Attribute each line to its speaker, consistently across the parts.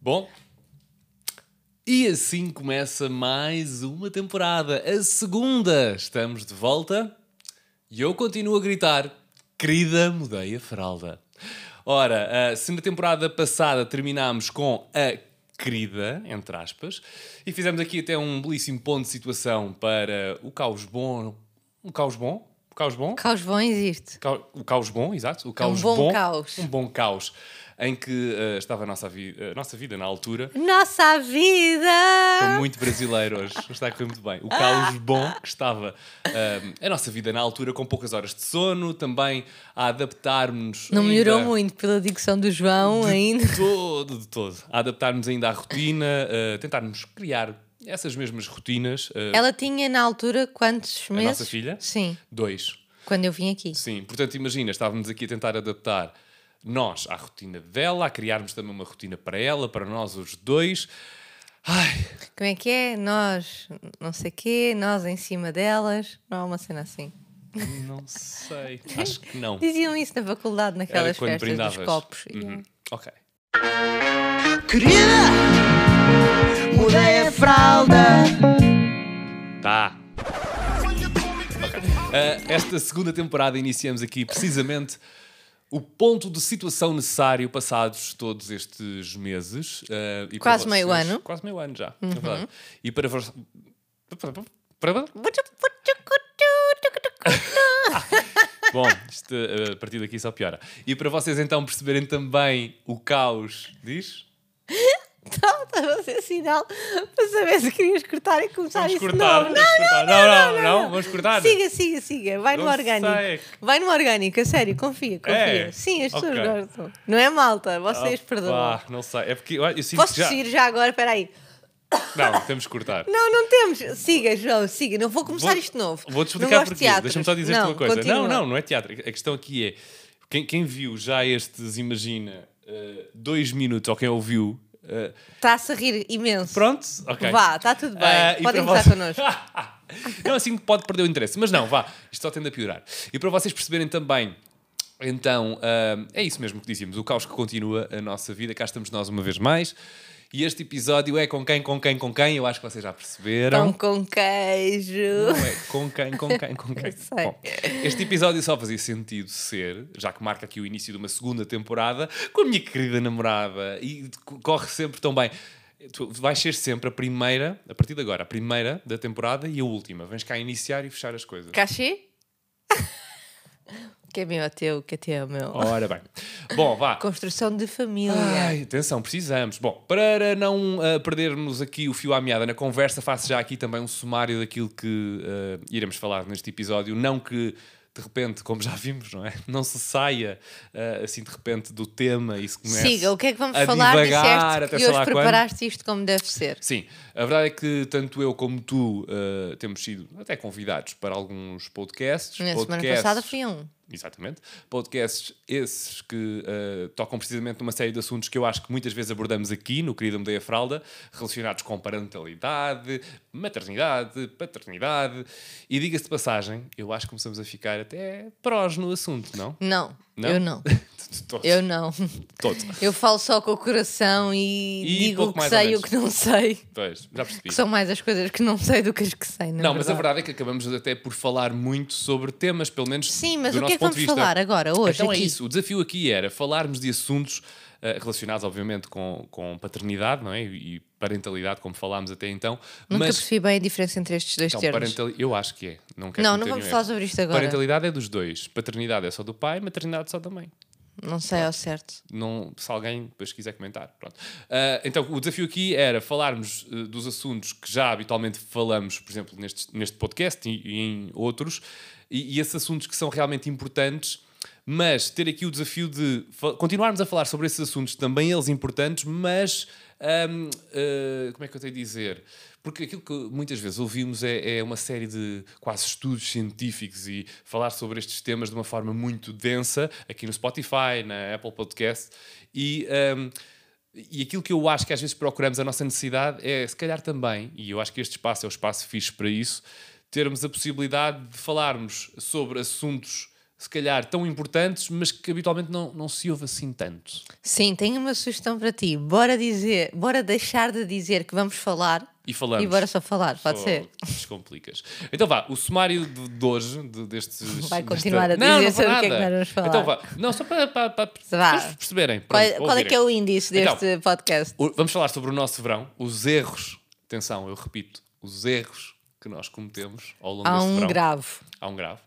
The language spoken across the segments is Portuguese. Speaker 1: Bom, e assim começa mais uma temporada, a segunda. Estamos de volta e eu continuo a gritar: Querida, mudei a fralda. Ora, ah, se na temporada passada terminámos com a querida, entre aspas, e fizemos aqui até um belíssimo ponto de situação para o caos bom. O caos bom? O caos bom?
Speaker 2: Caos vão existe.
Speaker 1: Cau- O caos bom, exato. O caos
Speaker 2: É um bom caos.
Speaker 1: Um bom caos. Em que eh, estava a nossa, vi a nossa vida na altura.
Speaker 2: Nossa
Speaker 1: Estou
Speaker 2: vida!
Speaker 1: muito brasileiro hoje. Está a correr muito bem. O
Speaker 2: Ah.
Speaker 1: caos bom que estava eh, a nossa vida na altura, com poucas horas de sono, também a adaptarmos.
Speaker 2: Não
Speaker 1: ainda
Speaker 2: melhorou muito pela dicção do João ainda.
Speaker 1: De todo, de todo. A adaptarmos ainda à rotina, eh, tentarmos criar essas mesmas rotinas. eh,
Speaker 2: Ela tinha na altura quantos meses?
Speaker 1: nossa filha?
Speaker 2: Sim,
Speaker 1: Dois.
Speaker 2: quando eu vim aqui.
Speaker 1: Sim, portanto, imagina, estávamos aqui a tentar adaptar nós à rotina dela, a criarmos também uma rotina para ela, para nós os dois. Ai,
Speaker 2: Como é que é? Nós, não sei quê, nós em cima delas. Não há uma cena assim.
Speaker 1: não sei. Acho que não.
Speaker 2: Diziam isso na faculdade,
Speaker 1: Era
Speaker 2: naquelas
Speaker 1: quando
Speaker 2: festas
Speaker 1: brindavas.
Speaker 2: dos copos.
Speaker 1: Uhum. Ok.
Speaker 3: Querida, mudei a fralda.
Speaker 1: Tá. Ah, esta segunda temporada iniciamos aqui precisamente o ponto de situação necessário passados todos estes meses. ah, e para
Speaker 2: Quase meio ano. Uhum.
Speaker 1: Quase meio ano já. É verdade. E para vos- para- Bom, isto, ah, a partir daqui só piora. E para vocês então perceberem também o caos, diz?
Speaker 2: Ah, Então, estava a fazer sinal para saber se querias cortar e começar
Speaker 1: Vamos
Speaker 2: isso de
Speaker 1: cortar.
Speaker 2: novo.
Speaker 1: vamos cortar. Não, não, não, vamos cortar.
Speaker 2: Siga, siga, siga. Vai no
Speaker 1: Não
Speaker 2: orgânico.
Speaker 1: sei.
Speaker 2: Vai no orgânico, a sério, confia, confia.
Speaker 1: É?
Speaker 2: Sim, as pessoas
Speaker 1: Ok.
Speaker 2: gostam. Não é malta, vocês
Speaker 1: Ah,
Speaker 2: perdoam.
Speaker 1: pá, Não sei. É porque olha, eu sinto
Speaker 2: Posso
Speaker 1: que já.
Speaker 2: seguir já agora? Espera aí.
Speaker 1: Não, temos que cortar.
Speaker 2: Não, não temos. Siga, João, siga. Não vou começar
Speaker 1: Vou-
Speaker 2: isto de novo.
Speaker 1: Vou-te
Speaker 2: Não
Speaker 1: explicar
Speaker 2: gosto de
Speaker 1: porquê.
Speaker 2: teatros.
Speaker 1: Deixa-me só dizer-te
Speaker 2: Não,
Speaker 1: uma coisa.
Speaker 2: continua.
Speaker 1: Não, não, não é teatro. A questão aqui é: quem, quem viu já estes, imagina, eh, dois minutos, ou quem ouviu. eh,
Speaker 2: Está-se a rir imenso.
Speaker 1: pronto, ok.
Speaker 2: Vá, está tudo bem.
Speaker 1: Ah, e
Speaker 2: Podem
Speaker 1: para
Speaker 2: começar
Speaker 1: vo-
Speaker 2: connosco.
Speaker 1: não, assim que pode perder o interesse. Mas não, vá, isto só tende a piorar. E para vocês perceberem também. Então, ah, é isso mesmo que dizíamos, o caos que continua a nossa vida, cá estamos nós uma vez mais. E este episódio é com quem, com quem, com quem? Eu acho que vocês já perceberam.
Speaker 2: Pão com queijo.
Speaker 1: Não é com quem, com quem, com quem.
Speaker 2: Eu sei.
Speaker 1: Bom, este episódio só fazia sentido ser, já que marca aqui o início de uma segunda temporada, com a minha querida namorada e co- corre sempre tão bem. Tu vais ser sempre a primeira, a partir de agora, a primeira da temporada e a última. Vens cá iniciar e fechar as coisas.
Speaker 2: Cachê? O que é meu é teu, o que é teu é meu.
Speaker 1: Ora bem. Bom, vá.
Speaker 2: Construção de família.
Speaker 1: Oh. Ai, atenção, precisamos. Bom, para não ah, perdermos aqui o fio à meada na conversa, faço já aqui também um sumário daquilo que ah, iremos falar neste episódio. Não que de repente, como já vimos, não é? Não se saia ah, assim de repente do tema e se comece.
Speaker 2: Siga, o que é que vamos
Speaker 1: a
Speaker 2: falar?
Speaker 1: divagar
Speaker 2: Disseste
Speaker 1: até
Speaker 2: que
Speaker 1: sei
Speaker 2: hoje
Speaker 1: lá quando.
Speaker 2: preparaste isto como deve ser.
Speaker 1: Sim, a verdade é que tanto eu como tu ah, temos sido até convidados para alguns podcasts.
Speaker 2: Na semana
Speaker 1: podcasts-
Speaker 2: passada fui a um.
Speaker 1: Exatamente. Podcasts esses que eh, tocam precisamente numa série de assuntos que eu acho que muitas vezes abordamos aqui no Querida Mudei a Fralda, relacionados com parentalidade, maternidade, paternidade. E diga-se de passagem, eu acho que começamos a ficar até prós no assunto, não?
Speaker 2: Não,
Speaker 1: Não?
Speaker 2: eu não.
Speaker 1: Todos,
Speaker 2: Eu não.
Speaker 1: todos.
Speaker 2: Eu falo só com o coração e,
Speaker 1: E
Speaker 2: digo
Speaker 1: pouco
Speaker 2: o que
Speaker 1: mais ou
Speaker 2: sei e o
Speaker 1: menos.
Speaker 2: que não sei.
Speaker 1: Pois, já percebi.
Speaker 2: Que são mais as coisas que não sei do que as que sei, não
Speaker 1: Não, mas a verdade é que acabamos até por falar muito sobre temas, pelo menos
Speaker 2: Sim, mas
Speaker 1: do
Speaker 2: o que
Speaker 1: nosso
Speaker 2: é que
Speaker 1: ponto
Speaker 2: vamos
Speaker 1: de vista.
Speaker 2: falar agora, hoje,
Speaker 1: Então
Speaker 2: aqui?
Speaker 1: é isso, o desafio aqui era falarmos de assuntos eh, relacionados, obviamente, com, com paternidade não é? e parentalidade, como falámos até então.
Speaker 2: Nunca
Speaker 1: mas
Speaker 2: percebi bem a diferença entre estes dois
Speaker 1: então,
Speaker 2: termos.
Speaker 1: parental, eu acho que é. Não, quero cometer
Speaker 2: Não, não vamos
Speaker 1: nenhum
Speaker 2: falar
Speaker 1: erro.
Speaker 2: sobre isto agora.
Speaker 1: Parentalidade é dos dois. Paternidade é só do pai, maternidade só da mãe.
Speaker 2: Não
Speaker 1: tá.
Speaker 2: sei ao certo.
Speaker 1: Não, se alguém depois quiser comentar. Pronto. Ah, então, o desafio aqui era falarmos eh, dos assuntos que já habitualmente falamos, por exemplo, neste, neste podcast e, e em outros, e, e esses assuntos que são realmente importantes, mas ter aqui o desafio de fa- continuarmos a falar sobre esses assuntos, também eles importantes, mas. ahm, eh, como é que eu tenho a dizer? Porque aquilo que muitas vezes ouvimos é, é uma série de quase estudos científicos e falar sobre estes temas de uma forma muito densa, aqui no Spotify, na Apple Podcast, e, hum, e aquilo que eu acho que às vezes procuramos, a nossa necessidade é, se calhar também, e eu acho que este espaço é o espaço fixe para isso, termos a possibilidade de falarmos sobre assuntos se calhar, tão importantes, mas que habitualmente não, não se ouve assim tanto.
Speaker 2: Sim, tenho uma sugestão para ti. Bora dizer, bora deixar de dizer que vamos falar
Speaker 1: E falamos.
Speaker 2: e bora só falar, pode
Speaker 1: Só
Speaker 2: ser?
Speaker 1: Descomplicas. Então vá, o sumário de, de hoje, de, destes.
Speaker 2: Vai continuar a dizer
Speaker 1: vou
Speaker 2: sobre o que é que
Speaker 1: nada.
Speaker 2: nós vamos falar.
Speaker 1: Então vá, não, só para, para, para
Speaker 2: Vá.
Speaker 1: vocês perceberem.
Speaker 2: Qual,
Speaker 1: pronto,
Speaker 2: qual é que é o
Speaker 1: ouvirem.
Speaker 2: índice
Speaker 1: Então,
Speaker 2: deste podcast?
Speaker 1: O- Vamos falar sobre o nosso verão, os erros, atenção, eu repito, os erros que nós cometemos ao longo
Speaker 2: Há
Speaker 1: deste
Speaker 2: um
Speaker 1: verão.
Speaker 2: grave.
Speaker 1: Há um grave.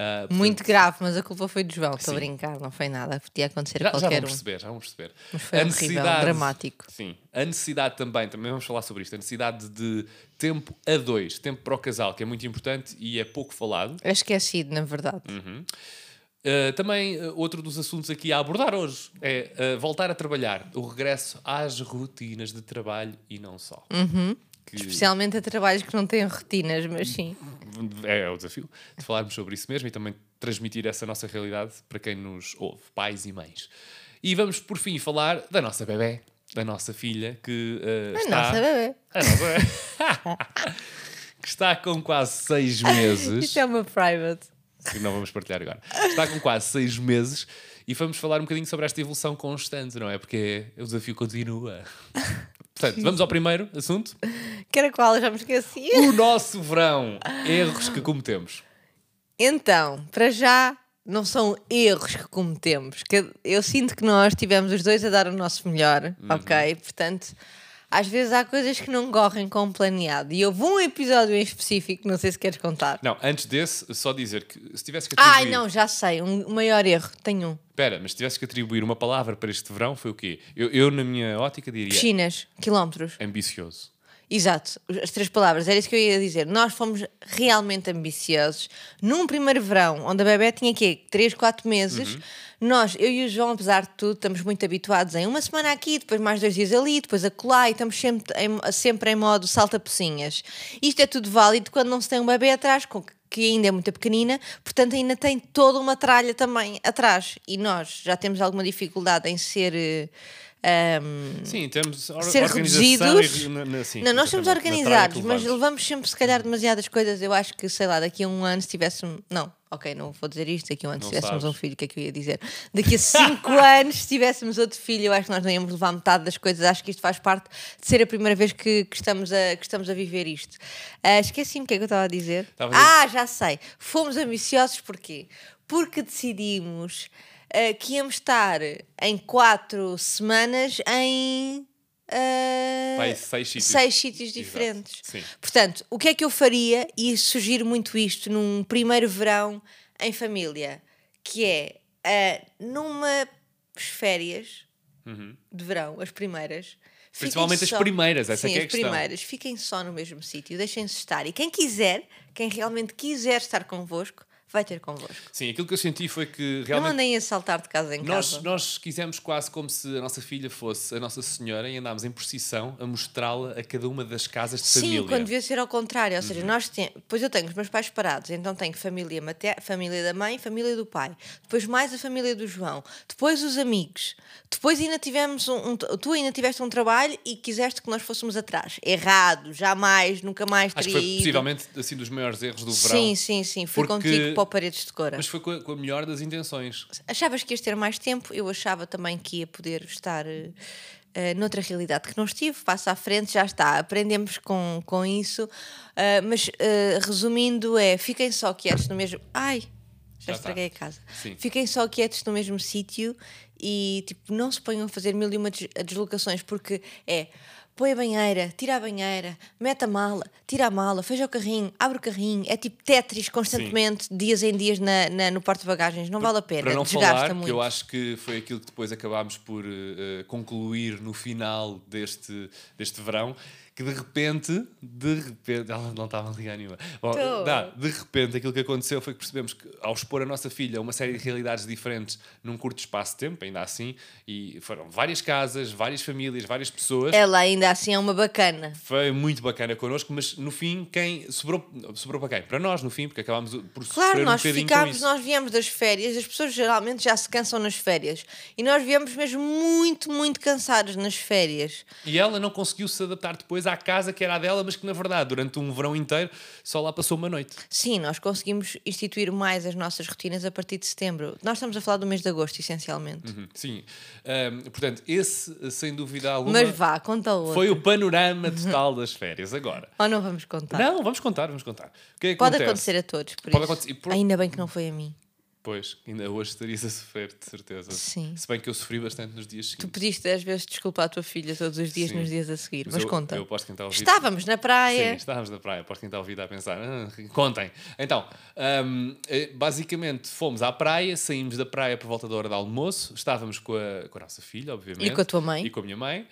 Speaker 1: Ah, portanto,
Speaker 2: Muito grave, mas a culpa foi do João. Estou a
Speaker 1: Sim.
Speaker 2: brincar, não foi nada. Podia acontecer a
Speaker 1: Já, já vão
Speaker 2: qualquer um.
Speaker 1: perceber, já vão perceber.
Speaker 2: Mas foi um horrível, dramático.
Speaker 1: Sim. A necessidade também, também vamos falar sobre isto, a necessidade de tempo a dois, tempo para o casal, que é muito importante e é pouco falado.
Speaker 2: É esquecido, na verdade.
Speaker 1: Uhum. Uh, também uh, outro dos assuntos aqui a abordar hoje é uh, voltar a trabalhar, o regresso às rotinas de trabalho e não só. Que
Speaker 2: Especialmente a trabalhos que não têm rotinas, mas sim.
Speaker 1: é o desafio de falarmos sobre isso mesmo e também transmitir essa nossa realidade para quem nos ouve, pais e mães. E vamos por fim falar da nossa bebé, da nossa filha que uh,
Speaker 2: A
Speaker 1: está
Speaker 2: nossa bebê.
Speaker 1: a nossa bebé. que está com quase seis meses.
Speaker 2: Isto é uma private.
Speaker 1: que não vamos partilhar agora. Está com quase seis meses e vamos falar um bocadinho sobre esta evolução constante, não é? Porque o desafio continua. Portanto, vamos ao primeiro assunto.
Speaker 2: Que era qual? Eu Já me esqueci.
Speaker 1: O nosso verão. Erros que cometemos.
Speaker 2: Então, para já, não são erros que cometemos. Que eu sinto que nós tivemos os dois a dar o nosso melhor,
Speaker 1: Uhum.
Speaker 2: ok? Portanto, às vezes há coisas que não correm como planeado. E houve um episódio em específico, não sei se queres contar.
Speaker 1: Não, antes desse, só dizer que se tivesse que
Speaker 2: Ai,
Speaker 1: atribuir...
Speaker 2: não, já sei. Um maior erro. Tenho um.
Speaker 1: Espera, mas se tivesse que atribuir uma palavra para este verão, foi o quê? Eu, eu na minha ótica, diria
Speaker 2: Piscinas, quilómetros.
Speaker 1: ambicioso.
Speaker 2: Exato, as três palavras, era isso que eu ia dizer. Nós fomos realmente ambiciosos. Num primeiro verão, onde a bebé tinha quê? 3, 4 meses, nós, eu e o João, apesar de tudo, estamos muito habituados em uma semana aqui, depois mais dois dias ali, depois acolá, e estamos sempre em, sempre em modo salta-pocinhas. Isto é tudo válido quando não se tem um bebê atrás, com que que ainda é muito pequenina, portanto ainda tem toda uma tralha também atrás. E nós já temos alguma dificuldade em ser... eh, ehm, ahm,
Speaker 1: Sim, temos or
Speaker 2: ser
Speaker 1: organização
Speaker 2: reduzidos.
Speaker 1: e- na- na- sim,
Speaker 2: não,
Speaker 1: exatamente,
Speaker 2: nós somos
Speaker 1: na tralha que
Speaker 2: organizados, mas
Speaker 1: levamos.
Speaker 2: levamos sempre, se calhar, demasiadas coisas. Eu acho que, sei lá, daqui a um ano, se tivéssemos. Não, ok, não vou dizer isto. Daqui a um ano, se
Speaker 1: Não
Speaker 2: tivéssemos
Speaker 1: sabes.
Speaker 2: um filho, o que é que eu ia dizer? Daqui a cinco anos, se tivéssemos outro filho, eu acho que nós não íamos levar metade das coisas. Acho que isto faz parte de ser a primeira vez que, que estamos, a, que estamos a viver isto. Ah, Esqueci-me o que é que eu estava a dizer.
Speaker 1: Estavas a
Speaker 2: ah, já sei. Fomos ambiciosos porquê? Porque decidimos. ah, que íamos estar em quatro semanas em ah,
Speaker 1: Pá, aí seis sítios.
Speaker 2: seis sítios
Speaker 1: Exato.
Speaker 2: diferentes.
Speaker 1: Sim.
Speaker 2: Portanto, o que é que eu faria, e sugiro muito isto num primeiro verão em família, que é ah, numa férias de verão, as primeiras. fiquem
Speaker 1: Uhum. Principalmente as primeiras, essa é
Speaker 2: Sim,
Speaker 1: que é a
Speaker 2: as
Speaker 1: questão.
Speaker 2: primeiras, fiquem só no mesmo sítio, deixem-se estar. E quem quiser, quem realmente quiser estar convosco, vai ter convosco.
Speaker 1: Sim, aquilo que eu senti foi que
Speaker 2: Não
Speaker 1: realmente
Speaker 2: andem a saltar de casa em
Speaker 1: Nós,
Speaker 2: casa.
Speaker 1: nós quisemos quase como se a nossa filha fosse a Nossa Senhora e andámos em procissão a mostrá-la a cada uma das casas de
Speaker 2: Sim,
Speaker 1: família. Uhum.
Speaker 2: quando devia ser ao contrário. Ou seja, nós temos. Depois eu tenho os meus pais separados, então tenho família, mate... família da mãe, família do pai, depois mais a família do João, depois os amigos, depois ainda tivemos um. um- Tu ainda tiveste um trabalho e quiseste que nós fôssemos atrás. Errado, jamais, nunca mais
Speaker 1: Acho
Speaker 2: teria
Speaker 1: que foi
Speaker 2: ido.
Speaker 1: possivelmente assim dos maiores erros do verão.
Speaker 2: Sim, sim, sim. Fui
Speaker 1: Porque-
Speaker 2: contigo para o Paredes de Cora.
Speaker 1: Mas foi com a, com a melhor das intenções.
Speaker 2: Achavas que ias ter mais tempo, eu achava também que ia poder estar eh, eh, noutra realidade que não estive, passo à frente, já está, aprendemos com, com isso. Ah, mas eh, resumindo, é fiquem só quietos no mesmo. Ai,
Speaker 1: Já
Speaker 2: já, estraguei a casa.
Speaker 1: Sim.
Speaker 2: Fiquem só quietos no mesmo sítio e tipo, não se ponham a fazer mil e uma des- deslocações, porque é. Põe a banheira, tira a banheira, mete a mala, tira a mala, fecha o carrinho, abre o carrinho. É tipo Tetris constantemente, dias em dias na, na- no porta-bagagens. Não vale a pena,
Speaker 1: Para não
Speaker 2: desgasta
Speaker 1: falar,
Speaker 2: muito.
Speaker 1: que eu acho que foi aquilo que depois acabámos por eh, eh, concluir no final deste, deste verão, que de repente, de repente, ela não estava a ligar nenhuma. Bom,
Speaker 2: Tô.
Speaker 1: dá, de repente aquilo que aconteceu foi que percebemos que ao expor a nossa filha a uma série de realidades diferentes num curto espaço de tempo, ainda assim, e foram várias casas, várias famílias, várias pessoas.
Speaker 2: Ela ainda ainda assim é uma bacana.
Speaker 1: Foi muito bacana connosco, mas no fim, quem sobrou, sobrou para quem? Para nós, no fim, porque acabámos por
Speaker 2: Claro,
Speaker 1: sofrer
Speaker 2: nós
Speaker 1: um bocadinho com
Speaker 2: ficámos,
Speaker 1: isso.
Speaker 2: nós viemos das férias, as pessoas geralmente já se cansam nas férias. E nós viemos mesmo muito, muito cansados nas férias.
Speaker 1: E ela não conseguiu se adaptar depois à casa que era a dela, mas que na verdade, durante um verão inteiro, só lá passou uma noite.
Speaker 2: Sim, nós conseguimos instituir mais as nossas rotinas a partir de setembro. Nós estamos a falar do mês de agosto, essencialmente.
Speaker 1: Uhum, Sim. Ahm, portanto, esse, sem dúvida alguma,
Speaker 2: Mas vá, conta outro.
Speaker 1: foi o panorama total das férias. Agora.
Speaker 2: Ou não vamos contar?
Speaker 1: Não, vamos contar, vamos contar. O que é que
Speaker 2: Tá. Pode
Speaker 1: acontece?
Speaker 2: acontecer a todos, por
Speaker 1: Pode
Speaker 2: isso.
Speaker 1: acontecer- e por-
Speaker 2: Ainda bem que não foi a mim.
Speaker 1: Pois, ainda hoje estarias a sofrer, de certeza.
Speaker 2: Sim.
Speaker 1: Se bem que eu sofri bastante nos dias
Speaker 2: Tu
Speaker 1: seguintes.
Speaker 2: pediste dez vezes desculpa à tua filha todos os dias
Speaker 1: Sim.
Speaker 2: nos dias a seguir, mas,
Speaker 1: eu,
Speaker 2: conta.
Speaker 1: Eu aposto que quem está a ouvir-
Speaker 2: Estávamos na
Speaker 1: Sim,
Speaker 2: praia.
Speaker 1: estávamos na praia, aposto que quem está a ouvir está a pensar. "Ah, contem. Então, hum, eh, basicamente fomos à praia, saímos da praia por volta da hora do almoço, estávamos com a, com a nossa filha, obviamente.
Speaker 2: E com a tua mãe.
Speaker 1: E com a minha mãe.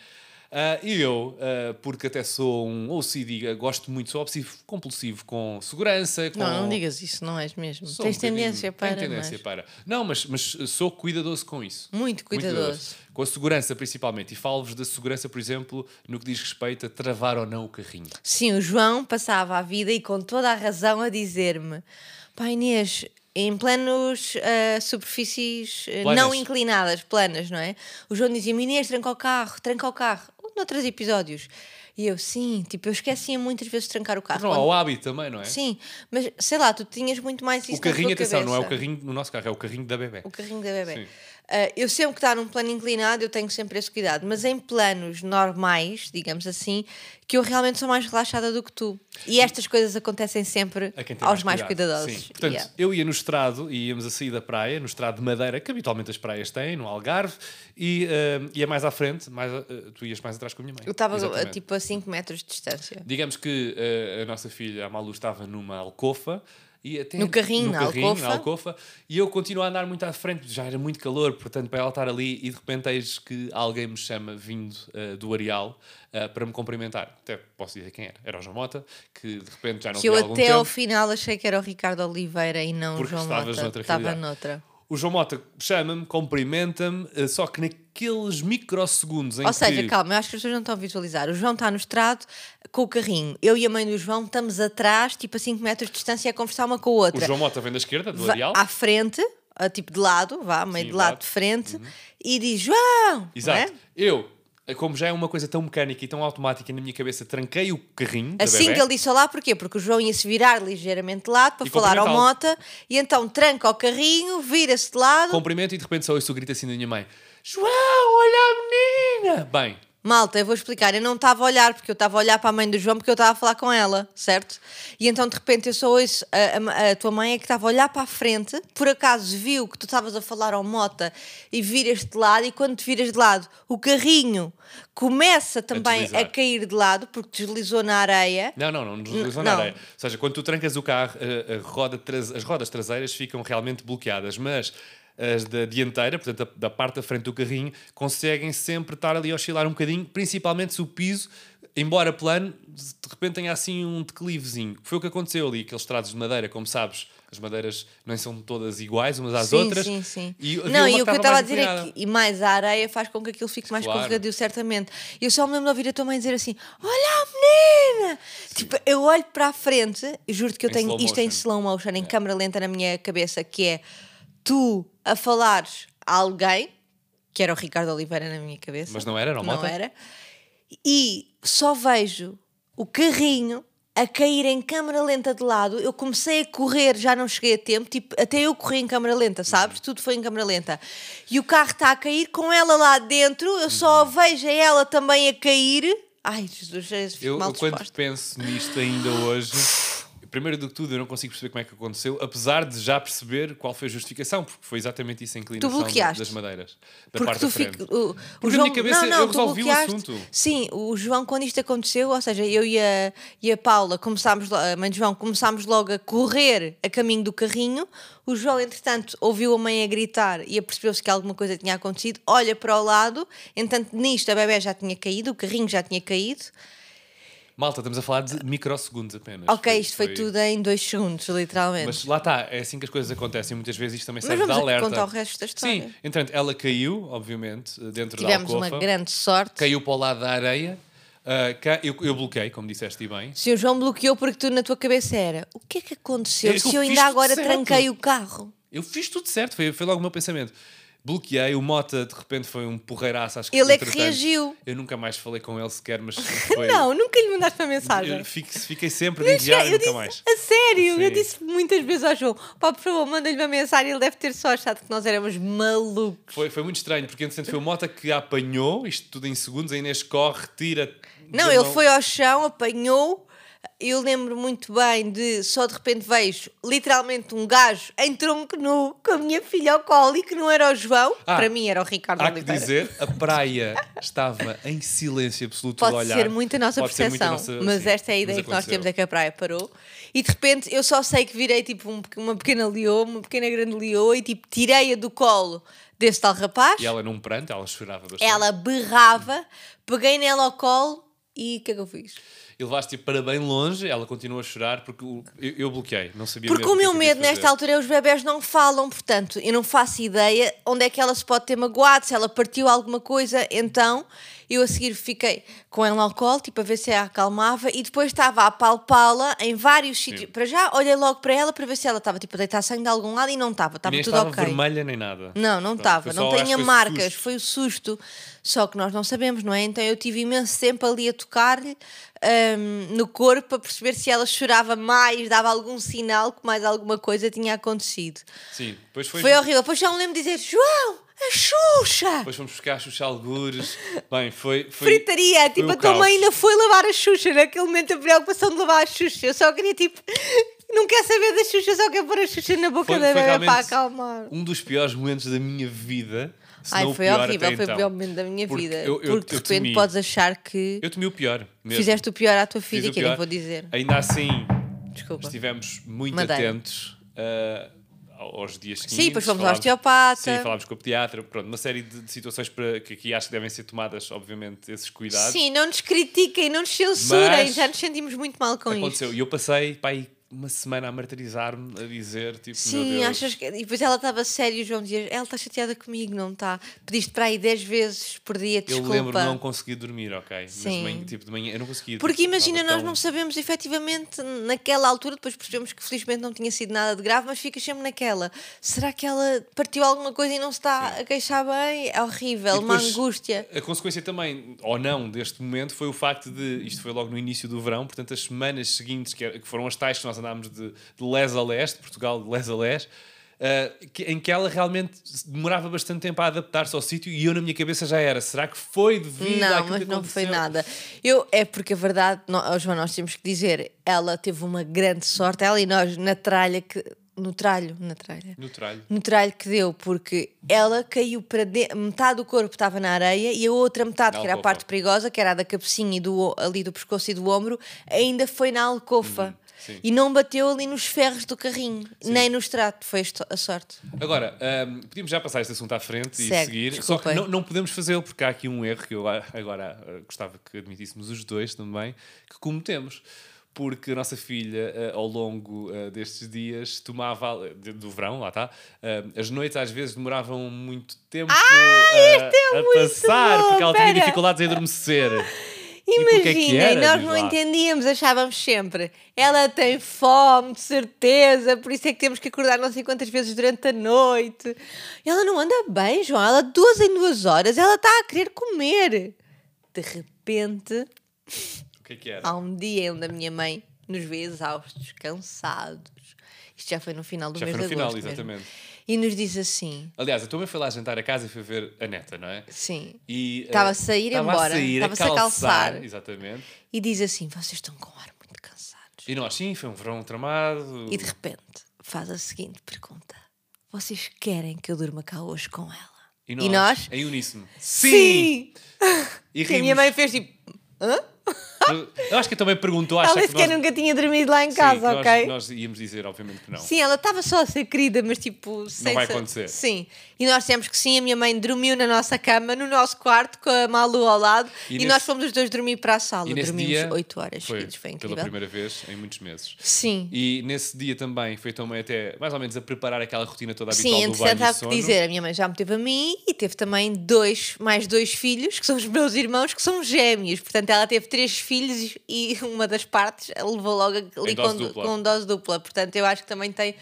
Speaker 1: Ah, e eu, ah, porque até sou um OCD, gosto muito, sou obsessivo compulsivo com segurança, com...
Speaker 2: Não, não digas isso, não és mesmo.
Speaker 1: Sou um
Speaker 2: Tens
Speaker 1: bocadinho-
Speaker 2: tendência para.
Speaker 1: Tenho tendência
Speaker 2: mas-
Speaker 1: para. Não, mas, mas sou cuidadoso com isso.
Speaker 2: Muito cuidadoso.
Speaker 1: Com a segurança, principalmente. E falo-vos da segurança, por exemplo, no que diz respeito a travar ou não o carrinho.
Speaker 2: Sim, o João passava a vida e com toda a razão a dizer-me: Pai Inês, em planos ah, superfícies ah,
Speaker 1: Planas.
Speaker 2: não inclinadas, planas, não é? O João dizia-me: Inês, tranca o carro, tranca o carro. Noutros episódios. E eu, sim, tipo, eu esquecia muitas vezes de trancar o carro.
Speaker 1: Não, há
Speaker 2: Quando-
Speaker 1: o hábito também, não é?
Speaker 2: Sim, mas sei lá, tu tinhas muito mais isso
Speaker 1: O carrinho,
Speaker 2: na tua
Speaker 1: atenção, não é o
Speaker 2: cabeça.
Speaker 1: carrinho no nosso carro, é o carrinho da bebê.
Speaker 2: O carrinho da bebê.
Speaker 1: Sim.
Speaker 2: Ah, eu sempre que está num plano inclinado, eu tenho sempre esse cuidado, mas em planos normais, digamos assim, que eu realmente sou mais relaxada do que tu. E estas coisas acontecem sempre
Speaker 1: A quem tem
Speaker 2: aos mais
Speaker 1: cuidado.
Speaker 2: cuidadosos.
Speaker 1: Sim. Portanto,
Speaker 2: Yeah.
Speaker 1: eu ia no estrado e íamos a sair da praia, no estrado de madeira, que habitualmente as praias têm, no Algarve, e ah, ia mais à frente, mais, ah, tu ias mais atrás com a minha mãe.
Speaker 2: Eu estava
Speaker 1: Exatamente.
Speaker 2: tipo a 5 metros de distância.
Speaker 1: Digamos que eh, a nossa filha, a Malu, estava numa alcofa. E até
Speaker 2: No carrinho, na alcofa.
Speaker 1: alcofa, E eu continuo a andar muito à frente, já era muito calor, portanto, para ela estar ali. E de repente, eis que alguém me chama vindo eh, do Areal eh, para me cumprimentar. Até posso dizer quem era. Era o João Mota, que de repente já não
Speaker 2: Que
Speaker 1: via
Speaker 2: eu
Speaker 1: há algum
Speaker 2: até
Speaker 1: tempo.
Speaker 2: ao final achei que era o Ricardo Oliveira e não o
Speaker 1: Porque
Speaker 2: João
Speaker 1: estavas
Speaker 2: Mota.
Speaker 1: noutra
Speaker 2: Estava
Speaker 1: realidade.
Speaker 2: noutra.
Speaker 1: O João Mota chama-me, cumprimenta-me, eh, só que naqueles microsegundos em
Speaker 2: Ou seja,
Speaker 1: que.
Speaker 2: calma, eu acho que as pessoas não estão a visualizar. O João está no estrado com o carrinho. Eu e a mãe do João estamos atrás, tipo a 5 metros de distância, a conversar uma com a
Speaker 1: O
Speaker 2: outra.
Speaker 1: João Mota vem da esquerda, do
Speaker 2: va-
Speaker 1: Areal.
Speaker 2: à frente, a tipo de lado, vá, meio
Speaker 1: Sim,
Speaker 2: de lado
Speaker 1: lado. Uhum.
Speaker 2: de frente, e diz João!
Speaker 1: Exato.
Speaker 2: não é?
Speaker 1: Eu, como já é uma coisa tão mecânica e tão automática na minha cabeça, tranquei o carrinho. da
Speaker 2: Assim
Speaker 1: bebé.
Speaker 2: que ele disse olá, porquê? Porque o João ia-se virar ligeiramente de lado para
Speaker 1: E
Speaker 2: falar ao
Speaker 1: cumprimentá-lo.
Speaker 2: Mota, e então tranca o carrinho, vira-se de lado.
Speaker 1: Cumprimento e de repente só ouço o grito assim da minha mãe: João, olha a menina! Bem,
Speaker 2: Malta, eu vou explicar. Eu não estava a olhar, porque eu estava a olhar para a mãe do João, porque eu estava a falar com ela, certo? E então, de repente, eu só ouço a, a- a tua mãe é que estava a olhar para a frente, por acaso viu que tu estavas a falar ao Mota e viras de lado, e quando te viras de lado, o carrinho começa também a,
Speaker 1: deslizar.
Speaker 2: cair de lado, porque deslizou na areia.
Speaker 1: não, não, não nos deslizou
Speaker 2: não.
Speaker 1: na areia. Ou seja, quando tu trancas o carro, a- a roda tras- as rodas traseiras ficam realmente bloqueadas, mas as da dianteira, portanto, da, da parte da frente do carrinho, conseguem sempre estar ali a oscilar um bocadinho, principalmente se o piso, embora plano, de repente tenha assim um declivezinho. Foi o que aconteceu ali, aqueles trados de madeira, como sabes, as madeiras não são todas iguais umas às
Speaker 2: sim,
Speaker 1: outras.
Speaker 2: sim, sim.
Speaker 1: E havia
Speaker 2: não,
Speaker 1: uma
Speaker 2: e o que
Speaker 1: estava
Speaker 2: eu estava a
Speaker 1: mais
Speaker 2: dizer é
Speaker 1: inclinada.
Speaker 2: que, e mais a areia faz com que aquilo fique mais
Speaker 1: Claro.
Speaker 2: escorregadio, certamente. Eu só me lembro de ouvir a tua mãe dizer assim: Olha a menina! Tipo, eu olho para a frente e juro-te que eu
Speaker 1: Em
Speaker 2: tenho
Speaker 1: slow
Speaker 2: isto em
Speaker 1: motion.
Speaker 2: slow motion, em câmera lenta na minha cabeça, que é tu a falares a alguém, que era o Ricardo Oliveira na minha cabeça.
Speaker 1: Mas não era, era o
Speaker 2: Não
Speaker 1: Mota?
Speaker 2: era. E só vejo o carrinho a cair em câmara lenta de lado. Eu comecei a correr, já não cheguei a tempo. Tipo, até eu corri em câmara lenta, sabes? Tudo foi em câmara lenta. E o carro está a cair com ela lá dentro. Eu só a
Speaker 1: Uhum.
Speaker 2: vejo a ela também a cair. Ai, Jesus, eu fico
Speaker 1: Eu,
Speaker 2: mal
Speaker 1: eu quando
Speaker 2: disposta.
Speaker 1: penso nisto ainda hoje, primeiro do que tudo, eu não consigo perceber como é que aconteceu, apesar de já perceber qual foi a justificação, porque foi exatamente isso a inclinação
Speaker 2: Tu bloqueaste.
Speaker 1: das madeiras, da
Speaker 2: Porque
Speaker 1: parte da
Speaker 2: tu
Speaker 1: frente.
Speaker 2: fica, o,
Speaker 1: na
Speaker 2: o João,
Speaker 1: minha cabeça
Speaker 2: não, não,
Speaker 1: eu
Speaker 2: tu
Speaker 1: resolvi o
Speaker 2: bloqueaste.
Speaker 1: assunto.
Speaker 2: Sim, o João, quando isto aconteceu, ou seja, eu e a, e a Paula começámos, lo- a mãe de João, começámos logo a correr a caminho do carrinho. O João, entretanto, ouviu a mãe a gritar e apercebeu-se que alguma coisa tinha acontecido, olha para o lado, entanto, nisto a bebé já tinha caído, o carrinho já tinha caído.
Speaker 1: Malta, estamos a falar de microsegundos apenas.
Speaker 2: ok, isto foi, tudo em dois segundos, literalmente.
Speaker 1: Mas lá está, é assim que as coisas acontecem. Muitas vezes isto também
Speaker 2: Mas
Speaker 1: serve de
Speaker 2: vamos
Speaker 1: alerta.
Speaker 2: contar o resto da história.
Speaker 1: Sim, entretanto, ela caiu, obviamente, dentro
Speaker 2: Tivemos
Speaker 1: da
Speaker 2: uma
Speaker 1: alcofa.
Speaker 2: grande sorte.
Speaker 1: Caiu para o lado da areia. Ah, cá- eu, eu bloqueei, como disseste e bem.
Speaker 2: Sim, o João bloqueou porque tu na tua cabeça era o que é que aconteceu
Speaker 1: É, eu
Speaker 2: se eu
Speaker 1: fiz
Speaker 2: ainda
Speaker 1: tudo
Speaker 2: agora
Speaker 1: certo."
Speaker 2: tranquei o carro?
Speaker 1: Eu fiz tudo certo, foi, foi logo o meu pensamento. Bloqueei, o Mota de repente foi um porreiraço, acho que
Speaker 2: Ele é que
Speaker 1: entretanto,
Speaker 2: reagiu.
Speaker 1: Eu nunca mais falei com ele sequer, mas foi.
Speaker 2: Não, nunca lhe mandaste uma mensagem.
Speaker 1: eu fico- fiquei sempre de
Speaker 2: Eu cheguei-
Speaker 1: enviar e
Speaker 2: eu
Speaker 1: nunca mais.
Speaker 2: disse, a sério, eu
Speaker 1: Sim.
Speaker 2: disse muitas vezes ao João: pá, por favor, manda-lhe uma mensagem. Ele deve ter só achado que nós éramos malucos.
Speaker 1: Foi, foi muito estranho, porque entretanto foi o Mota que a apanhou, isto tudo em segundos, a Inês corre, tira.
Speaker 2: Não,
Speaker 1: da
Speaker 2: ele
Speaker 1: mão.
Speaker 2: foi ao chão, apanhou. Eu lembro muito bem de só de repente vejo literalmente um gajo em tronco nu com a minha filha ao colo e que não era o João,
Speaker 1: Ah,
Speaker 2: para mim era o Ricardo
Speaker 1: Há que
Speaker 2: Oliveira.
Speaker 1: dizer, a praia estava em silêncio absoluto do
Speaker 2: Pode
Speaker 1: olhar.
Speaker 2: ser muito a nossa
Speaker 1: Pode ser muito a
Speaker 2: percepção,
Speaker 1: nossa-
Speaker 2: mas
Speaker 1: sim,
Speaker 2: esta é a
Speaker 1: mas
Speaker 2: ideia que nós
Speaker 1: aconteceu.
Speaker 2: temos é que a praia parou. E de repente eu só sei que virei tipo um pe- uma pequena leoa, uma pequena grande leoa e tipo tirei-a do colo desse tal rapaz.
Speaker 1: E ela num pranto, ela chorava bastante.
Speaker 2: Ela berrava, peguei nela ao colo e o que é que eu fiz?
Speaker 1: E levaste-a para bem longe, ela continua a chorar, porque o- eu, eu bloqueei, não sabia
Speaker 2: Porque
Speaker 1: mesmo
Speaker 2: o meu
Speaker 1: que é que eu ia
Speaker 2: medo nesta
Speaker 1: fazer.
Speaker 2: altura é os bebés não falam, portanto, eu não faço ideia onde é que ela se pode ter magoado, se ela partiu alguma coisa. Então, eu a seguir fiquei com ela ao colo, tipo, a ver se a acalmava, e depois estava a palpá-la em vários sítios. Para já, olhei logo para ela para ver se ela estava, tipo, a deitar sangue de algum lado e não estava, estava
Speaker 1: Nem
Speaker 2: tudo
Speaker 1: estava
Speaker 2: ok.
Speaker 1: vermelha nem nada.
Speaker 2: Não, não
Speaker 1: Pronto, foi
Speaker 2: estava,
Speaker 1: só,
Speaker 2: não
Speaker 1: acho que
Speaker 2: tinha
Speaker 1: foi
Speaker 2: marcas,
Speaker 1: susto.
Speaker 2: foi o susto. Só que nós não sabemos, não é? Então eu tive imenso tempo ali a tocar-lhe hum, no corpo para perceber se ela chorava mais, dava algum sinal que mais alguma coisa tinha acontecido.
Speaker 1: Sim, depois foi.
Speaker 2: Foi horrível. Depois já me lembro de dizer: João, a Xuxa!
Speaker 1: Depois fomos buscar os algures. Bem, foi. foi
Speaker 2: Fritaria,
Speaker 1: foi
Speaker 2: tipo,
Speaker 1: o
Speaker 2: a tua
Speaker 1: caos.
Speaker 2: mãe ainda foi lavar a Xuxa. Naquele momento, a preocupação de lavar a Xuxa. Eu só queria, tipo, não quero saber da Xuxa, só quero pôr a Xuxa na boca
Speaker 1: Foi-
Speaker 2: da
Speaker 1: foi
Speaker 2: bebê para
Speaker 1: realmente
Speaker 2: acalmar.
Speaker 1: Um dos piores momentos da minha vida. se
Speaker 2: Ai,
Speaker 1: não o
Speaker 2: foi
Speaker 1: pior
Speaker 2: horrível,
Speaker 1: até
Speaker 2: foi o
Speaker 1: então.
Speaker 2: pior momento da minha
Speaker 1: Porque
Speaker 2: vida.
Speaker 1: eu- eu-
Speaker 2: porque de
Speaker 1: eu
Speaker 2: repente
Speaker 1: temi.
Speaker 2: podes achar que
Speaker 1: Eu tomei o pior. Mesmo.
Speaker 2: fizeste o pior à tua
Speaker 1: Fiz
Speaker 2: filha,
Speaker 1: o
Speaker 2: que eu nem
Speaker 1: pior.
Speaker 2: vou dizer.
Speaker 1: Ainda assim,
Speaker 2: Desculpa.
Speaker 1: estivemos muito
Speaker 2: Madeira.
Speaker 1: atentos ah, aos dias seguintes.
Speaker 2: Sim, depois fomos ao
Speaker 1: falámos-
Speaker 2: osteopata.
Speaker 1: Sim, falámos com o pediatra. Pronto, uma série de, de situações para, que aqui acho que devem ser tomadas, obviamente, esses cuidados.
Speaker 2: Sim, não nos critiquem, não nos censurem,
Speaker 1: Mas-
Speaker 2: já nos sentimos muito mal com
Speaker 1: Aconteceu.
Speaker 2: isto.
Speaker 1: E eu passei, pá, aí uma semana a martirizar-me, a dizer, tipo, meu
Speaker 2: Sim,
Speaker 1: Deus.
Speaker 2: achas que. E depois ela estava séria e o João dizia: ela está chateada comigo, não está? Pediste para aí 10 vezes por dia,
Speaker 1: Eu
Speaker 2: desculpa.
Speaker 1: lembro não conseguir dormir, ok? Mas
Speaker 2: Sim.
Speaker 1: de manhã, tipo, de manhã eu não conseguia.
Speaker 2: Porque
Speaker 1: tipo,
Speaker 2: imagina,
Speaker 1: estava
Speaker 2: nós
Speaker 1: tão-
Speaker 2: não sabemos efetivamente naquela altura, depois percebemos que felizmente não tinha sido nada de grave, mas ficas sempre naquela. Será que ela partiu alguma coisa e não se está a queixar bem? É horrível,
Speaker 1: E
Speaker 2: uma
Speaker 1: depois,
Speaker 2: angústia.
Speaker 1: A consequência também, ou não, deste momento foi o facto de. Isto foi logo no início do verão, portanto, as semanas seguintes, que, era- que foram as tais que nós andámos de, de les a leste, Portugal de les a leste, ah, que- em que ela realmente se- demorava bastante tempo a adaptar-se ao sítio e eu na minha cabeça já era. Será que foi devido
Speaker 2: Não,
Speaker 1: àquilo
Speaker 2: mas
Speaker 1: que
Speaker 2: não foi
Speaker 1: aconteceu?
Speaker 2: nada. Eu, é porque a verdade, nós, oh, João, nós temos que dizer, ela teve uma grande sorte, ela e nós, na tralha que. No tralho, na tralha.
Speaker 1: No tralho.
Speaker 2: No Um tralho que deu, porque ela caiu para dentro, metade do corpo estava na areia e a outra metade,
Speaker 1: Na
Speaker 2: que era a
Speaker 1: alcofa.
Speaker 2: parte perigosa, que era a da cabecinha e do, o- ali do pescoço e do ombro, ainda foi na alcofa.
Speaker 1: Uhum, sim.
Speaker 2: E não bateu ali nos ferros do carrinho, nem no extrato, foi isto- a sorte.
Speaker 1: Agora, ahm, podíamos já passar este assunto à frente e
Speaker 2: Segue,
Speaker 1: seguir. Só
Speaker 2: desculpem.
Speaker 1: que não, não podemos fazê-lo, porque há aqui um erro que eu a- agora ah, gostava que admitíssemos os dois também, que cometemos. Porque a nossa filha, ah, ao longo ah, destes dias, tomava, al- de- do verão, lá está, ah, as noites às vezes demoravam muito tempo a, a passar,
Speaker 2: é bom,
Speaker 1: porque ela tinha
Speaker 2: pera.
Speaker 1: dificuldades em adormecer.
Speaker 2: Imaginem,
Speaker 1: porque é que era,
Speaker 2: nós
Speaker 1: diz
Speaker 2: não
Speaker 1: lá?
Speaker 2: entendíamos, achávamos sempre. Ela tem fome, de certeza, por isso é que temos que acordar não sei quantas vezes durante a noite. Ela não anda bem, João. Ela de duas em duas horas, ela está a querer comer. De repente,
Speaker 1: O que é que era?
Speaker 2: há um dia onde a minha mãe nos vê exaustos, cansados. Isto já foi no final do
Speaker 1: Já
Speaker 2: mês
Speaker 1: foi no
Speaker 2: de
Speaker 1: final,
Speaker 2: agosto mesmo.
Speaker 1: exatamente.
Speaker 2: E nos diz assim,
Speaker 1: Aliás, a tua mãe foi lá jantar a casa e foi ver a neta, não é?
Speaker 2: sim,
Speaker 1: E, ah,
Speaker 2: Estava a sair
Speaker 1: estava
Speaker 2: embora,
Speaker 1: sair,
Speaker 2: estava-se a calçar.
Speaker 1: Exatamente.
Speaker 2: e diz assim, vocês estão com ar muito cansados.
Speaker 1: E nós, sim, foi um verão tramado.
Speaker 2: E de repente faz a seguinte pergunta: Vocês querem que eu durma cá hoje com ela? E nós?
Speaker 1: Em uníssono. E
Speaker 2: E a
Speaker 1: rimos.
Speaker 2: minha mãe fez tipo. Hã?
Speaker 1: Eu acho que eu também perguntou, acha
Speaker 2: Ela nem
Speaker 1: que
Speaker 2: sequer
Speaker 1: nós...
Speaker 2: nunca tinha dormido lá em
Speaker 1: Sim,
Speaker 2: casa,
Speaker 1: nós-
Speaker 2: ok?
Speaker 1: Nós íamos dizer, obviamente, que não.
Speaker 2: Sim, ela estava só a ser querida, mas tipo. Sem
Speaker 1: vai
Speaker 2: sa-
Speaker 1: acontecer.
Speaker 2: Sim. E nós dissemos que sim, a minha mãe dormiu na nossa cama, no nosso quarto, com a Malu ao lado,
Speaker 1: E
Speaker 2: e,
Speaker 1: nesse-
Speaker 2: nós fomos os dois dormir para a sala.
Speaker 1: E nesse dia
Speaker 2: Dormimos oito horas
Speaker 1: foi,
Speaker 2: seguidas, foi
Speaker 1: pela
Speaker 2: incrível.
Speaker 1: primeira vez em muitos meses.
Speaker 2: Sim.
Speaker 1: E nesse dia também foi também até mais ou menos a preparar aquela rotina toda habitual
Speaker 2: Sim,
Speaker 1: do banho
Speaker 2: entretanto,
Speaker 1: e
Speaker 2: há que
Speaker 1: sono.
Speaker 2: dizer, a minha mãe já me teve a mim e teve também dois, mais dois filhos, que são os meus irmãos, que são gêmeos. Portanto, ela teve três filhos e uma das partes levou logo
Speaker 1: dose
Speaker 2: ali com,
Speaker 1: dupla.
Speaker 2: com dose dupla. Portanto, eu acho que também tem.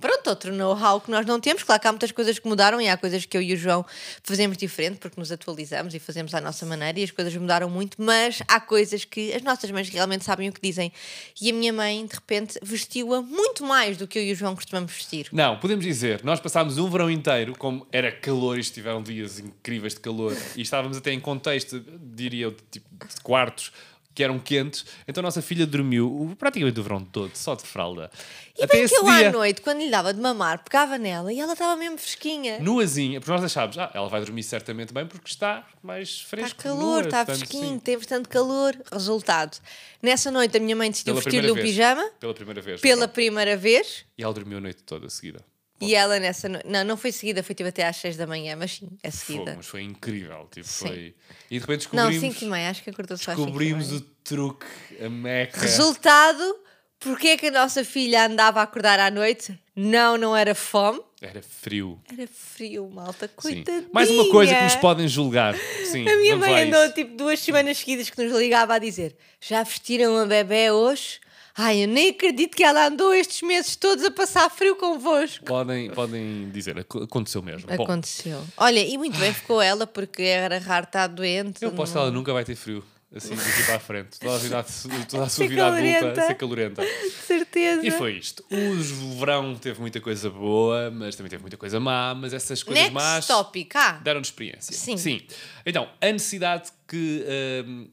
Speaker 2: Pronto, outro know-how que nós não temos. Claro que há muitas coisas que mudaram e há coisas que eu e o João fazemos diferente porque nos atualizamos e fazemos à nossa maneira e as coisas mudaram muito, mas há coisas que as nossas mães realmente sabem o que dizem. E a minha mãe, de repente, vestiu-a muito mais do que eu e o João costumamos vestir.
Speaker 1: Não, podemos dizer, nós passámos um verão inteiro, como era calor e estiveram dias incríveis de calor, e estávamos até em contexto, diria eu, de, tipo, de quartos que eram quentes, então a nossa filha dormiu o- praticamente o verão todo, só de fralda.
Speaker 2: E bem que eu à noite, quando lhe dava de mamar, pegava nela e ela estava mesmo fresquinha.
Speaker 1: nuazinha, porque nós achámos, ah, ela vai dormir certamente bem porque está mais fresco.
Speaker 2: Está calor,
Speaker 1: nua,
Speaker 2: está
Speaker 1: portanto,
Speaker 2: fresquinho,
Speaker 1: sim.
Speaker 2: teve tanto calor. Resultado. Nessa noite a minha mãe decidiu
Speaker 1: Pela
Speaker 2: vestir-lhe
Speaker 1: primeira
Speaker 2: um
Speaker 1: vez.
Speaker 2: pijama
Speaker 1: Pela primeira vez.
Speaker 2: pela
Speaker 1: pronto.
Speaker 2: primeira vez.
Speaker 1: E ela dormiu a noite toda seguida.
Speaker 2: E ela nessa noite. Não, não foi seguida, foi tipo até às 6 da manhã, mas sim, é
Speaker 1: Fogo,
Speaker 2: seguida.
Speaker 1: mas foi incrível. Tipo,
Speaker 2: Sim.
Speaker 1: foi... E de repente
Speaker 2: Não,
Speaker 1: descobrimos,
Speaker 2: 5 e meia, acho que acordou só às 5
Speaker 1: descobrimos o truque, a meca.
Speaker 2: Resultado: porque é que a nossa filha andava a acordar à noite? Não, não era fome,
Speaker 1: Era frio.
Speaker 2: era frio, malta.
Speaker 1: Sim.
Speaker 2: Coitadinha.
Speaker 1: Mais uma coisa que nos podem julgar. Sim,
Speaker 2: A minha
Speaker 1: vamos lá a
Speaker 2: mãe andou
Speaker 1: isso.
Speaker 2: tipo duas semanas seguidas que nos ligava a dizer: Já vestiram a bebê hoje? Ai, eu nem acredito que ela andou estes meses todos a passar frio convosco.
Speaker 1: Podem, podem dizer, ac- aconteceu mesmo. Bom,
Speaker 2: Aconteceu. Olha, e muito bem ficou ela porque era raro estar doente.
Speaker 1: eu posso que
Speaker 2: não-
Speaker 1: ela nunca vai ter frio. Assim, daqui para a frente. Toda a, vida, toda a sua
Speaker 2: Ser
Speaker 1: vida adulta,
Speaker 2: calorenta. Uhum.
Speaker 1: ser calorenta.
Speaker 2: De certeza.
Speaker 1: E foi isto. O verão teve muita coisa boa, mas também teve muita coisa má, mas essas coisas
Speaker 2: Next
Speaker 1: más
Speaker 2: topic. Ah,
Speaker 1: deram-nos experiência.
Speaker 2: Sim.
Speaker 1: Então, a necessidade que, hum,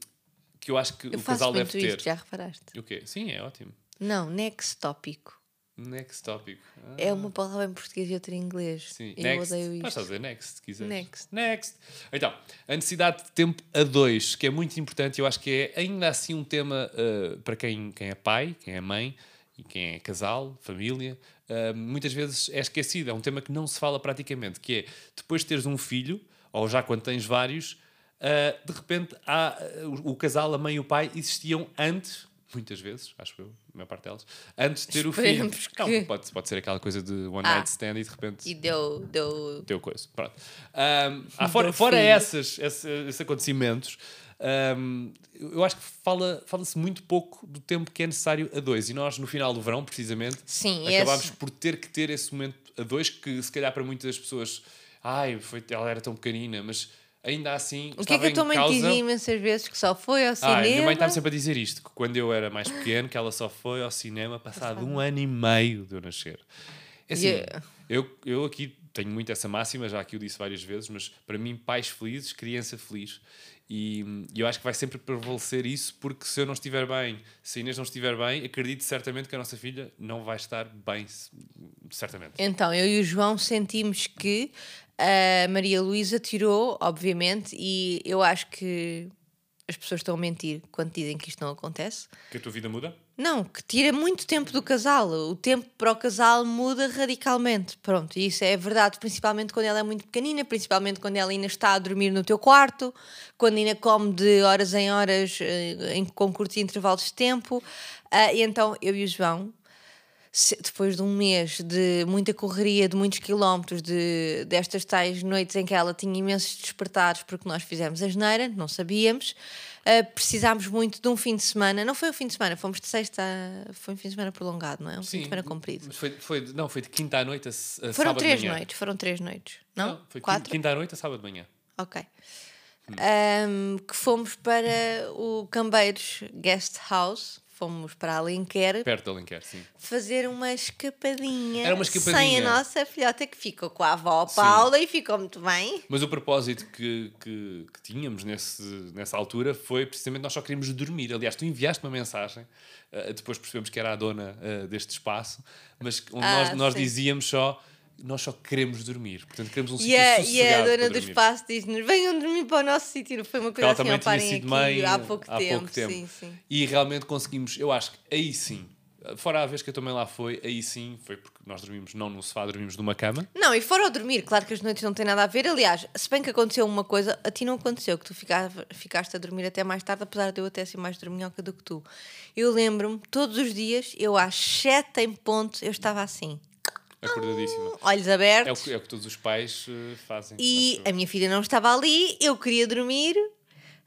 Speaker 1: que eu acho que
Speaker 2: eu
Speaker 1: o
Speaker 2: faço
Speaker 1: casal deve
Speaker 2: muito
Speaker 1: ter.
Speaker 2: isto, já reparaste?
Speaker 1: O quê? Sim, é ótimo.
Speaker 2: Não, next tópico.
Speaker 1: Next topic. Ah,
Speaker 2: É uma palavra em português e outra em inglês.
Speaker 1: Sim,
Speaker 2: Eu
Speaker 1: next.
Speaker 2: odeio
Speaker 1: Basta
Speaker 2: isto.
Speaker 1: dizer next, se quiseres.
Speaker 2: Next.
Speaker 1: Next. Então, a necessidade de tempo a dois, que é muito importante, eu acho que é ainda assim um tema ah, para quem, quem é pai, quem é mãe e quem é casal, família, ah, muitas vezes é esquecido. É um tema que não se fala praticamente, que é depois de teres um filho, ou já quando tens vários, ah, de repente há, ah, o, o casal, a mãe e o pai existiam antes. Muitas vezes, acho eu, a maior parte delas, antes de ter o
Speaker 2: Esperemos
Speaker 1: filho.
Speaker 2: que-
Speaker 1: Não, pode, pode ser aquela coisa de one
Speaker 2: Ah.
Speaker 1: night stand e de repente
Speaker 2: E deu, deu
Speaker 1: teu coisa. Pronto. Ahm, há fora fora
Speaker 2: filho.
Speaker 1: essas, esse- esses acontecimentos, ahm, eu acho que fala- fala-se muito pouco do tempo que é necessário a dois. E nós, no final do verão, precisamente,
Speaker 2: Sim, é assim. esse-
Speaker 1: acabámos por ter que ter esse momento a dois, que se calhar para muitas pessoas, ai, foi, ela era tão pequenina, mas ainda assim.
Speaker 2: O que é que a tua mãe
Speaker 1: causa...
Speaker 2: dizia imensas vezes que só foi ao cinema?
Speaker 1: Ah, a minha mãe estava sempre a dizer isto: que quando eu era mais pequeno, que ela só foi ao cinema passado um ano e meio de eu nascer. É assim,
Speaker 2: Yeah.
Speaker 1: eu, eu aqui tenho muito essa máxima, já aqui o disse várias vezes, mas para mim, pais felizes, criança feliz. E hum, eu acho que vai sempre prevalecer isso, porque se eu não estiver bem, se a Inês não estiver bem, acredito certamente que a nossa filha não vai estar bem, se- certamente.
Speaker 2: Então, eu e o João sentimos que a Maria Luísa tirou, obviamente, e eu acho que as pessoas estão a mentir quando dizem que isto não acontece.
Speaker 1: Que a tua vida muda?
Speaker 2: Não, que tira muito tempo do casal. O tempo para o casal muda radicalmente. Pronto, e isso é verdade, principalmente quando ela é muito pequenina, principalmente quando ela ainda está a dormir no teu quarto, quando ainda come de horas em horas eh, em, com curtos intervalos de tempo. Ah, e então eu e o João, se- depois de um mês de muita correria, de muitos quilómetros, de, destas tais noites em que ela tinha imensos despertares porque nós fizemos a geneira, não sabíamos, ah, precisámos muito de um fim de semana. Não foi um fim de semana, fomos de sexta, a- foi um fim de semana prolongado, não é? Um fim de semana comprido.
Speaker 1: Mas foi, foi, de- não, foi de quinta à noite a, s- a
Speaker 2: Foram
Speaker 1: sábado de
Speaker 2: três
Speaker 1: manhã.
Speaker 2: noites, foram três noites, não?
Speaker 1: Não, foi quin- Hum.
Speaker 2: Quatro?
Speaker 1: quinta à noite a sábado de manhã.
Speaker 2: Ok. Ahm, que fomos para o Cambeiros Guest House, fomos para Alenquer
Speaker 1: Perto de Alenquer, sim.
Speaker 2: fazer uma escapadinha,
Speaker 1: Era uma
Speaker 2: sem
Speaker 1: escapadinha.
Speaker 2: a nossa filhota que ficou com a avó Paula e ficou muito bem.
Speaker 1: Mas o propósito que, que, que tínhamos nesse, nessa altura foi precisamente nós só queríamos dormir. Aliás, tu enviaste uma mensagem, eh, depois percebemos que era a dona eh, deste espaço, mas que- onde
Speaker 2: Ah,
Speaker 1: nós, nós
Speaker 2: sim.
Speaker 1: dizíamos só nós só queremos dormir. Portanto, queremos um sítio
Speaker 2: E a, e a
Speaker 1: sossegado
Speaker 2: dona
Speaker 1: para
Speaker 2: do
Speaker 1: dormir.
Speaker 2: espaço diz-nos: venham dormir para o nosso sítio. Foi uma
Speaker 1: Porque
Speaker 2: coisa
Speaker 1: ela também
Speaker 2: assim, ó,
Speaker 1: tinha
Speaker 2: parem
Speaker 1: sido
Speaker 2: aqui
Speaker 1: mãe
Speaker 2: há pouco tempo. Sim, sim.
Speaker 1: E realmente conseguimos, eu acho que aí sim, fora a vez que eu também lá foi, aí sim, foi porque nós dormimos não no sofá, dormimos numa cama.
Speaker 2: Não, e foram dormir, claro que as noites não têm nada a ver. Aliás, se bem que aconteceu uma coisa, a ti não aconteceu, que tu ficava- ficaste a dormir até mais tarde, apesar de eu até ser mais dorminhoca do que tu. Eu lembro-me, todos os dias, eu às 7 em ponto, eu estava assim,
Speaker 1: Acordadíssima.
Speaker 2: olhos abertos.
Speaker 1: É o que, é o que todos os pais eh, fazem.
Speaker 2: E
Speaker 1: acho eu.
Speaker 2: a minha filha não estava ali, eu queria dormir.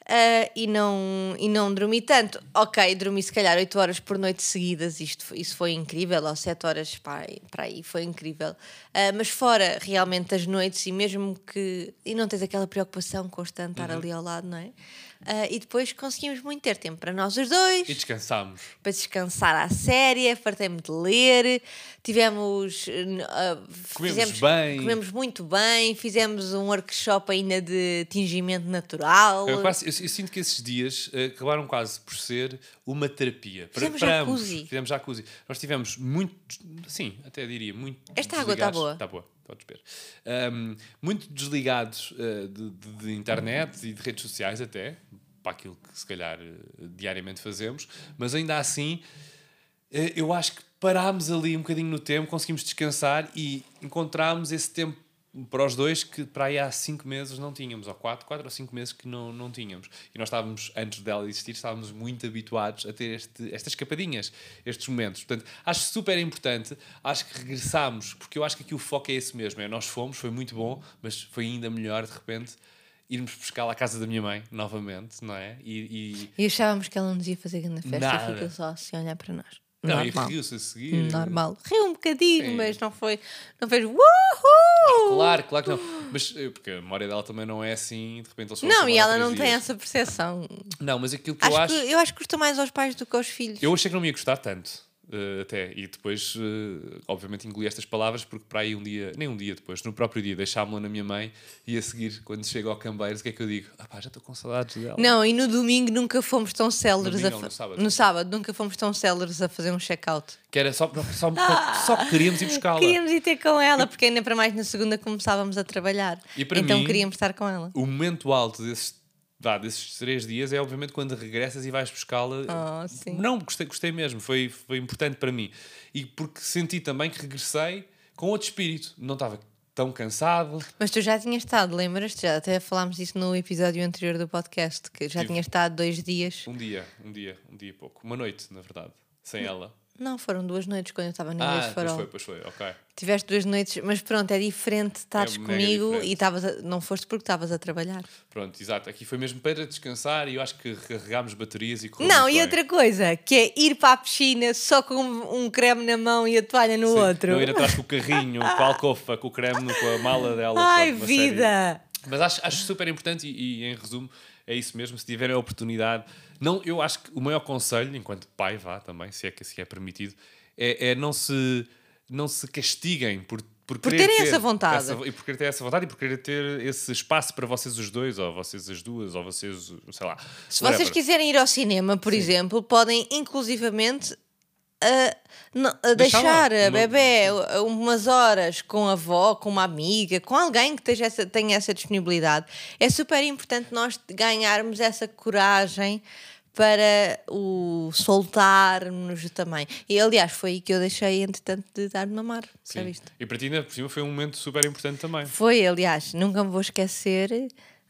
Speaker 2: ah, e, não, e não dormi tanto. Ok, dormi se calhar 8 horas por noite seguidas, isto, foi- isso foi incrível, ou 7 horas para aí- para aí, foi incrível. Ah, mas fora realmente as noites, e mesmo que. E não tens aquela preocupação constante de estar
Speaker 1: Uhum.
Speaker 2: ali ao lado, não é? Ah, e depois conseguimos muito ter tempo para nós os dois
Speaker 1: E descansámos.
Speaker 2: para descansar à séria, fartei-me de ler, tivemos. eh, n- ah,
Speaker 1: Comemos bem.
Speaker 2: Comemos muito bem, fizemos um workshop ainda de tingimento natural.
Speaker 1: Eu, quase- eu- eu sinto que esses dias eh, acabaram quase por ser uma terapia. Para,
Speaker 2: Fizemos
Speaker 1: para
Speaker 2: jacuzzi.
Speaker 1: ambos. Fizemos jacuzzi. Nós tivemos muito, des- sim, até diria, muito
Speaker 2: Esta água está
Speaker 1: desligados-
Speaker 2: boa.
Speaker 1: Está boa, podes ver. Ahm, muito desligados eh, de, de- de internet e de redes sociais até, para aquilo que se calhar eh, diariamente fazemos, mas ainda assim eh, eu acho que parámos ali um bocadinho no tempo, conseguimos descansar e encontrámos esse tempo para os dois que para aí há 5 meses não tínhamos, ou 4, 4 ou 5 meses que não, não tínhamos. E nós estávamos, antes dela existir, estávamos muito habituados a ter este- estas escapadinhas, estes momentos. Portanto, acho super importante, acho que regressámos, porque eu acho que aqui o foco é esse mesmo, é nós fomos, foi muito bom, mas foi ainda melhor, de repente, irmos buscar lá à casa da minha mãe, novamente, não é? E, e-
Speaker 2: E achávamos que ela não ia fazer grande festa
Speaker 1: Nada.
Speaker 2: e ficou só assim a olhar para nós.
Speaker 1: não, e
Speaker 2: Normal.
Speaker 1: riu-se a seguir.
Speaker 2: Normal. Riu um bocadinho,
Speaker 1: Sim.
Speaker 2: mas não foi. Não fez. Uhul!
Speaker 1: Claro, claro que não. Mas eh, porque a memória dela também não é assim, de repente eles foram
Speaker 2: Não,
Speaker 1: acabar
Speaker 2: e
Speaker 1: há
Speaker 2: ela
Speaker 1: três
Speaker 2: não tem
Speaker 1: dias.
Speaker 2: essa percepção.
Speaker 1: Não, mas aquilo que
Speaker 2: Acho
Speaker 1: eu acho.
Speaker 2: que, eu acho que custa mais aos pais do que aos filhos.
Speaker 1: Eu achei que não me ia gostar tanto. eh, até, e depois, eh, obviamente, engoli estas palavras porque para aí um dia, nem um dia depois, no próprio dia, deixámos-la na minha mãe e a seguir, quando chego ao Cambeiros, o que é que eu digo? Ah, pá, já estou com saudades dela.
Speaker 2: Não, e no domingo nunca fomos tão céleres
Speaker 1: domingo não,
Speaker 2: a fa-
Speaker 1: no sábado.
Speaker 2: no sábado nunca fomos tão céleres a fazer um check-out.
Speaker 1: Que era só, só, só queríamos ir buscá-la.
Speaker 2: Queríamos ir ter com ela, porque ainda para mais na segunda começávamos a trabalhar.
Speaker 1: E para
Speaker 2: então
Speaker 1: mim-
Speaker 2: queríamos estar com ela.
Speaker 1: O momento alto desses, vá, desses três dias é, obviamente, quando regressas e vais buscá-la.
Speaker 2: Oh, sim.
Speaker 1: Não, gostei, gostei mesmo. Foi, foi importante para mim. E porque senti também que regressei com outro espírito. Não estava tão cansado.
Speaker 2: Mas tu já tinhas estado, lembras-te? Já até falámos isso no episódio anterior do podcast, que já
Speaker 1: Tive.
Speaker 2: tinhas estado dois dias.
Speaker 1: Um dia, um dia, um dia e pouco. Uma noite, na verdade. Sem ela.
Speaker 2: Não, foram duas noites quando eu estava no
Speaker 1: Ah,
Speaker 2: Inglês
Speaker 1: pois
Speaker 2: Farol.
Speaker 1: foi, pois foi. Ok.
Speaker 2: Tiveste duas noites, mas pronto, é diferente estares
Speaker 1: mega
Speaker 2: comigo
Speaker 1: diferente.
Speaker 2: e estavas a- não foste porque estavas a trabalhar.
Speaker 1: Pronto, exato. Aqui foi mesmo para descansar e eu acho que recarregámos baterias e correu
Speaker 2: Não,
Speaker 1: muito
Speaker 2: e
Speaker 1: bem.
Speaker 2: outra coisa, que é ir para a piscina só com um, um creme na mão e a toalha no
Speaker 1: Sim,
Speaker 2: outro.
Speaker 1: Não ir atrás com o carrinho, com a alcofa, com o creme, com a mala dela.
Speaker 2: Ai,
Speaker 1: pronto, uma série.
Speaker 2: vida!
Speaker 1: Mas acho, acho super importante e, e, em resumo é isso mesmo, se tiverem a oportunidade não, eu acho que o maior conselho enquanto pai vá também, se é que se é permitido é, é não se não se castiguem por por, querer
Speaker 2: terem
Speaker 1: ter
Speaker 2: essa vontade.
Speaker 1: essa vo- e por querer ter essa vontade e por querer ter esse espaço para vocês os dois, ou vocês as duas, ou vocês, sei lá.
Speaker 2: Se vocês quiserem ir ao cinema, por exemplo, podem inclusivamente ah, não- ah,
Speaker 1: Deixar lá,
Speaker 2: deixar
Speaker 1: uma-
Speaker 2: a bebê ah, umas horas com a avó, com uma amiga, com alguém que esteja essa- tenha essa disponibilidade. É super importante nós ganharmos essa coragem para o soltarmos também. E aliás, foi aí que eu deixei, entretanto, de dar de mamar. Já
Speaker 1: Sim.
Speaker 2: viste?
Speaker 1: E para ti, ainda por cima, foi um momento super importante também.
Speaker 2: Foi, aliás, nunca me vou esquecer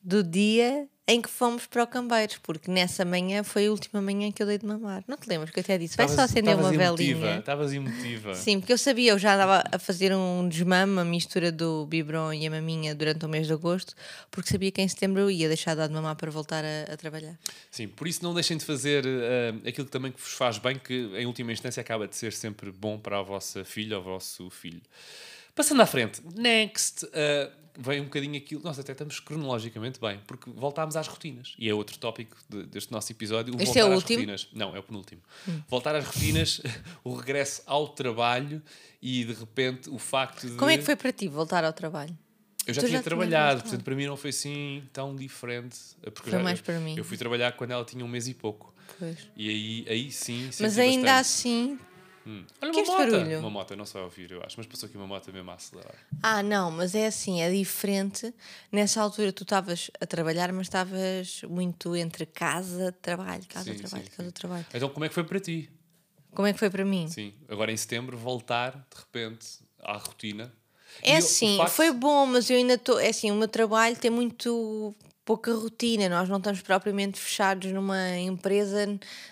Speaker 2: do dia em que fomos para o Cambeiros, porque nessa manhã foi a última manhã que eu dei de mamar. Não te lembras que eu até disse, vai só
Speaker 1: Estavas-
Speaker 2: acender uma
Speaker 1: estavas emotiva,
Speaker 2: velinha.
Speaker 1: Estavas emotiva.
Speaker 2: Sim, porque eu sabia, eu já andava a fazer um desmame, uma mistura do biberon e a maminha durante o mês de agosto, porque sabia que em setembro eu ia deixar de dar de mamar para voltar a, a trabalhar.
Speaker 1: Sim, por isso não deixem de fazer eh, aquilo que também que vos faz bem, que em última instância acaba de ser sempre bom para a vossa filha ou o vosso filho. Passando à frente, next, eh, vem um bocadinho aquilo. Nós até estamos cronologicamente bem, porque voltámos às rotinas. E é outro tópico de- deste nosso episódio. O
Speaker 2: Este é
Speaker 1: voltar
Speaker 2: o
Speaker 1: às
Speaker 2: último? Hum.
Speaker 1: rotinas. Não, é o penúltimo. Voltar às rotinas, o regresso ao trabalho e de repente o facto de.
Speaker 2: Como é que foi para ti voltar ao trabalho?
Speaker 1: Eu já
Speaker 2: Tu
Speaker 1: tinha
Speaker 2: já tinhas
Speaker 1: trabalhado,
Speaker 2: voltado.
Speaker 1: portanto, para mim não foi assim tão diferente. eh, Porque
Speaker 2: Foi
Speaker 1: já-
Speaker 2: mais
Speaker 1: eu-
Speaker 2: para mim.
Speaker 1: Eu fui trabalhar quando ela tinha um mês e pouco.
Speaker 2: Pois.
Speaker 1: E aí, aí sim, senti
Speaker 2: Mas ainda
Speaker 1: bastante.
Speaker 2: assim.
Speaker 1: Olha
Speaker 2: que
Speaker 1: uma
Speaker 2: este
Speaker 1: moto.
Speaker 2: barulho?
Speaker 1: Uma moto, não se vai ouvir, eu acho, mas passou aqui uma moto mesmo a acelerar.
Speaker 2: Ah, não, mas é assim, é diferente. Nessa altura tu estavas a trabalhar, mas estavas muito entre casa, trabalho, casa,
Speaker 1: Sim,
Speaker 2: Tá, trabalho,
Speaker 1: sim,
Speaker 2: casa,
Speaker 1: sim.
Speaker 2: trabalho.
Speaker 1: Então, como é que foi para ti?
Speaker 2: Como é que foi para mim?
Speaker 1: Sim, agora em setembro, voltar de repente à rotina. E
Speaker 2: É
Speaker 1: o- o
Speaker 2: assim,
Speaker 1: facto-
Speaker 2: foi bom, mas eu ainda estou. É assim, o meu trabalho tem muito pouca rotina. Nós não estamos propriamente fechados numa empresa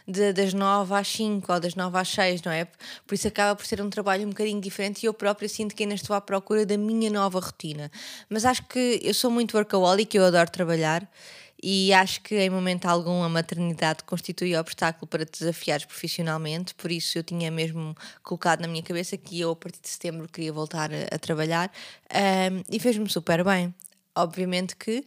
Speaker 2: de- das 9 às 5 ou das 9 às 6, não é? Por isso acaba por ser um trabalho um bocadinho diferente e eu própria sinto que ainda estou à procura da minha nova rotina. Mas acho que eu sou muito workaholic, eu adoro trabalhar. e acho que em momento algum a maternidade constitui obstáculo para te desafiares profissionalmente, por isso eu tinha mesmo colocado na minha cabeça que eu a partir de setembro queria voltar a, a trabalhar ahm, e fez-me super bem. Obviamente que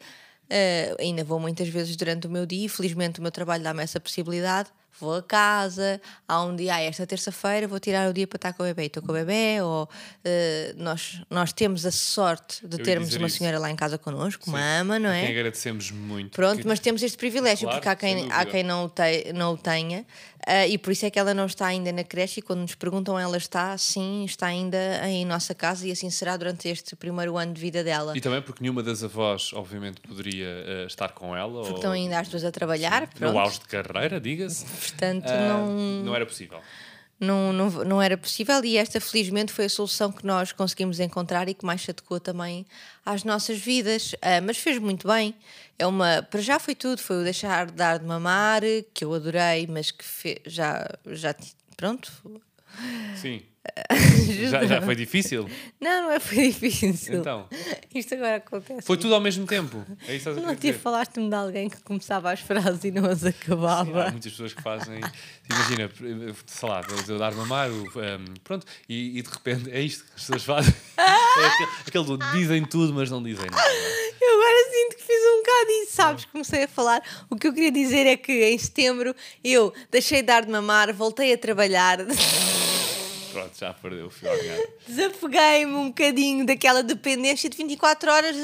Speaker 2: ah, ainda vou muitas vezes durante o meu dia e felizmente o meu trabalho dá-me essa possibilidade. Vou a casa, há um dia, ah, esta terça-feira vou tirar o dia para estar com o bebê e estou com o bebê, ou ah, nós, nós temos a sorte de
Speaker 1: ia
Speaker 2: termos
Speaker 1: dizer
Speaker 2: uma
Speaker 1: isso.
Speaker 2: senhora lá em casa connosco, uma ama, não
Speaker 1: A
Speaker 2: é?
Speaker 1: quem agradecemos muito.
Speaker 2: Pronto,
Speaker 1: que-
Speaker 2: mas temos este privilégio
Speaker 1: Claro,
Speaker 2: porque
Speaker 1: sem
Speaker 2: há quem,
Speaker 1: dúvida.
Speaker 2: há quem não, o te- não o tenha eh, e por isso é que ela não está ainda na creche. E quando nos perguntam, ela está, sim, está ainda em nossa casa e assim será durante este primeiro ano de vida dela.
Speaker 1: E também porque nenhuma das avós, obviamente, poderia eh, estar com ela.
Speaker 2: Porque
Speaker 1: ou...
Speaker 2: estão ainda as duas a trabalhar,
Speaker 1: No
Speaker 2: pronto,
Speaker 1: auge de carreira, diga-se.
Speaker 2: portanto
Speaker 1: Ah,
Speaker 2: não,
Speaker 1: não era possível.
Speaker 2: não, não, não era possível e esta felizmente foi a solução que nós conseguimos encontrar e que mais se adequou também às nossas vidas, Ah, mas fez muito bem é uma, para já foi tudo foi o deixar de dar de mamar que eu adorei, mas que fe- já, já, ti- pronto
Speaker 1: Sim. já, já foi difícil.
Speaker 2: não, não é foi difícil
Speaker 1: Então,
Speaker 2: isto agora acontece
Speaker 1: foi tudo ao mesmo tempo. É isso que estás a
Speaker 2: não
Speaker 1: querer
Speaker 2: te
Speaker 1: dizer?
Speaker 2: falaste-me de alguém que começava as frases e não as acabava
Speaker 1: Há muitas pessoas que fazem. Imagina, sei lá, de eu dar mamar, o, ehm, pronto, e, e de repente é isto que as pessoas fazem. É aquele, aquele do dizem tudo, mas não dizem nada.
Speaker 2: Eu agora sinto que fiz um bocado isso, sabes? Comecei a falar. O que eu queria dizer é que em setembro eu deixei de dar de mamar, voltei a trabalhar,
Speaker 1: Pronto, já perdeu o fio à meada.
Speaker 2: desapeguei-me um bocadinho daquela dependência de 24 horas,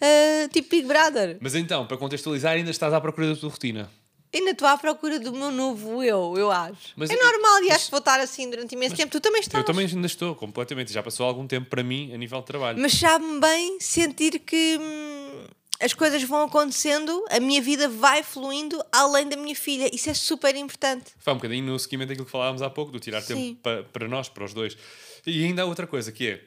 Speaker 2: eh, tipo Big Brother.
Speaker 1: Mas então, para contextualizar, ainda estás à procura da tua rotina.
Speaker 2: Ainda estou à procura do meu novo eu, eu acho.
Speaker 1: Mas
Speaker 2: é
Speaker 1: eu-
Speaker 2: normal e acho que vou estar assim durante imenso tempo. Tu também estás.
Speaker 1: Eu também ainda estou, completamente. Já passou algum tempo para mim a nível de trabalho.
Speaker 2: Mas sabe-me bem sentir que. hum, as coisas vão acontecendo, a minha vida vai fluindo além da minha filha. Isso é super importante.
Speaker 1: Foi um bocadinho no seguimento daquilo que falávamos há pouco, do tirar
Speaker 2: Sim.
Speaker 1: tempo pa- para nós, para os dois. E ainda há outra coisa que é.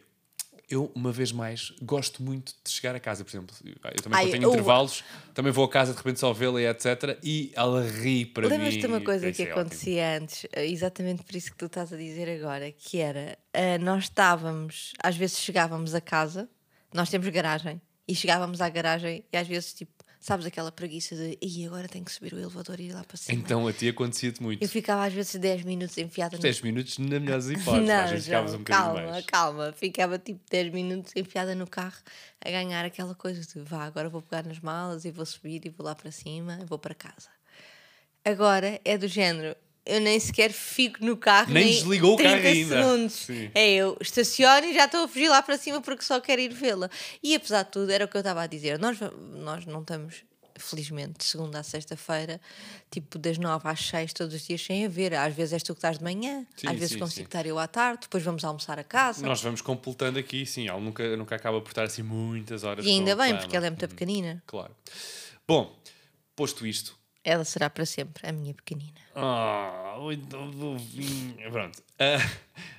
Speaker 1: Eu, uma vez mais, gosto muito de chegar a casa, por exemplo. Eu também
Speaker 2: Ai,
Speaker 1: quando tenho
Speaker 2: eu-
Speaker 1: intervalos, também vou a casa, de repente só vê-la e etc. E ela ri para mim.
Speaker 2: Lembras-te de uma coisa
Speaker 1: Isso
Speaker 2: que
Speaker 1: é ótimo.
Speaker 2: acontecia antes, eh, exatamente por isso que tu estás a dizer agora, que era eh, nós estávamos, às vezes chegávamos a casa, nós temos garagem, e chegávamos à garagem e às vezes tipo, sabes aquela preguiça de e agora tenho que subir o elevador e ir lá para cima.
Speaker 1: Então é a ti acontecia-te muito.
Speaker 2: Eu ficava às vezes 10 minutos enfiada no
Speaker 1: 10 minutos, na melhor das hipóteses. às vezes
Speaker 2: João,
Speaker 1: ficavas um bocadinho
Speaker 2: calma,
Speaker 1: mais.
Speaker 2: calma. Ficava tipo 10 minutos enfiada no carro a ganhar aquela coisa de vá, agora vou pegar nas malas e vou subir e vou lá para cima e vou para casa. Agora é do género. Eu nem sequer fico no carro.
Speaker 1: Nem desligou o carro
Speaker 2: 30
Speaker 1: ainda.
Speaker 2: Segundos.
Speaker 1: Sim.
Speaker 2: É eu estaciono e já estou a fugir lá para cima porque só quero ir vê-la. E apesar de tudo, era o que eu estava a dizer. Nós, nós não estamos, felizmente, de segunda à sexta-feira, tipo das nove às seis, todos os dias sem a ver. Às vezes és tu que estás de manhã,
Speaker 1: Sim,
Speaker 2: às vezes
Speaker 1: sim,
Speaker 2: consigo
Speaker 1: sim.
Speaker 2: estar eu à tarde, depois vamos almoçar a casa.
Speaker 1: Nós vamos completando aqui, sim. Ela nunca, nunca acaba por estar assim muitas horas
Speaker 2: e ainda
Speaker 1: com Hum. a
Speaker 2: bem,
Speaker 1: Ana.
Speaker 2: porque ela é muito pequenina.
Speaker 1: Claro. Bom, posto isto,
Speaker 2: Ela será para sempre a minha pequenina.
Speaker 1: Ah, então fofinha. Pronto. A,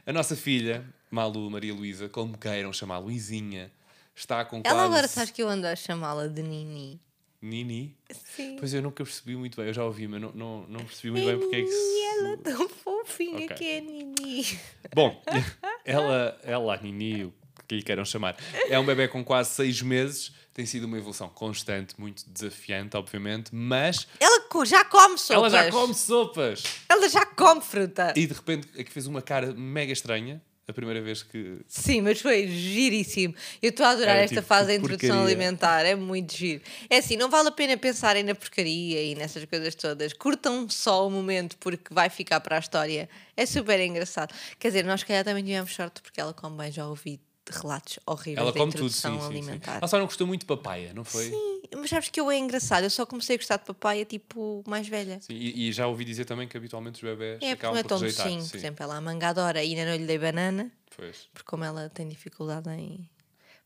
Speaker 1: a nossa filha, Malu Maria Luísa, como queiram chamar, Luizinha, está com
Speaker 2: Ela
Speaker 1: quase...
Speaker 2: agora sabes que eu ando a chamá-la de Nini.
Speaker 1: Nini?
Speaker 2: Sim.
Speaker 1: Pois eu nunca percebi muito bem, eu já ouvi, mas não, não, não percebi muito bem porque é que... se-
Speaker 2: Ela é tão fofinha
Speaker 1: Ok.
Speaker 2: que é a Nini.
Speaker 1: Bom, ela, ela, a Nini, o que lhe queiram chamar, é um bebê com quase seis meses, tem sido uma evolução constante, muito desafiante, obviamente, mas
Speaker 2: Ela co- já come sopas.
Speaker 1: ela já come sopas!
Speaker 2: Ela já come fruta.
Speaker 1: E de repente é que fez uma cara mega estranha, a primeira vez que,
Speaker 2: Sim, mas foi giríssimo. Eu estou a adorar
Speaker 1: Era
Speaker 2: esta
Speaker 1: tipo,
Speaker 2: fase da
Speaker 1: que
Speaker 2: introdução
Speaker 1: porcaria.
Speaker 2: alimentar, é muito giro. É assim, não vale a pena pensarem na porcaria e nessas coisas todas. Curtam só o momento porque vai ficar para a história. É super engraçado. Quer dizer, nós se calhar também tivemos sorte porque ela come bem, já ouvi relatos horríveis
Speaker 1: Ela
Speaker 2: da
Speaker 1: come tudo,
Speaker 2: introdução
Speaker 1: sim, sim, sim.
Speaker 2: alimentar.
Speaker 1: Ela só não gostou muito de papaya, não foi? Sim.
Speaker 2: Sim, Mas sabes que eu é engraçado, eu só comecei a gostar de papaya tipo mais velha.
Speaker 1: e, e já ouvi dizer também que habitualmente os bebés
Speaker 2: é, porque não
Speaker 1: acabam
Speaker 2: é
Speaker 1: por
Speaker 2: tão
Speaker 1: rejeitar.
Speaker 2: docinho. Por
Speaker 1: um sim,
Speaker 2: exemplo, ela a mangadora ainda não lhe dei banana,
Speaker 1: pois,
Speaker 2: porque como ela tem dificuldade em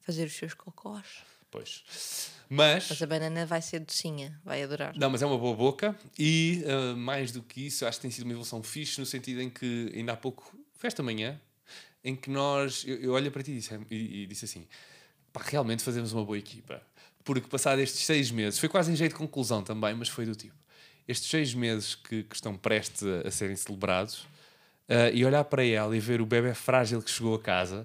Speaker 2: fazer os seus cocós.
Speaker 1: pois. Mas,
Speaker 2: Mas a banana vai ser docinha, vai adorar.
Speaker 1: não, mas é uma boa boca e ah, mais do que isso, acho que tem sido uma evolução fixe no sentido em que ainda há pouco, foi esta manhã, em que nós, eu, eu olho para ti e disse, e- e disse assim, pá, realmente fazemos uma boa equipa. Porque passado estes seis meses, foi quase em jeito de conclusão também, mas foi do tipo, estes seis meses que, que estão prestes a- a serem celebrados, Ah, e olhar para ela e ver o bebê frágil que chegou a casa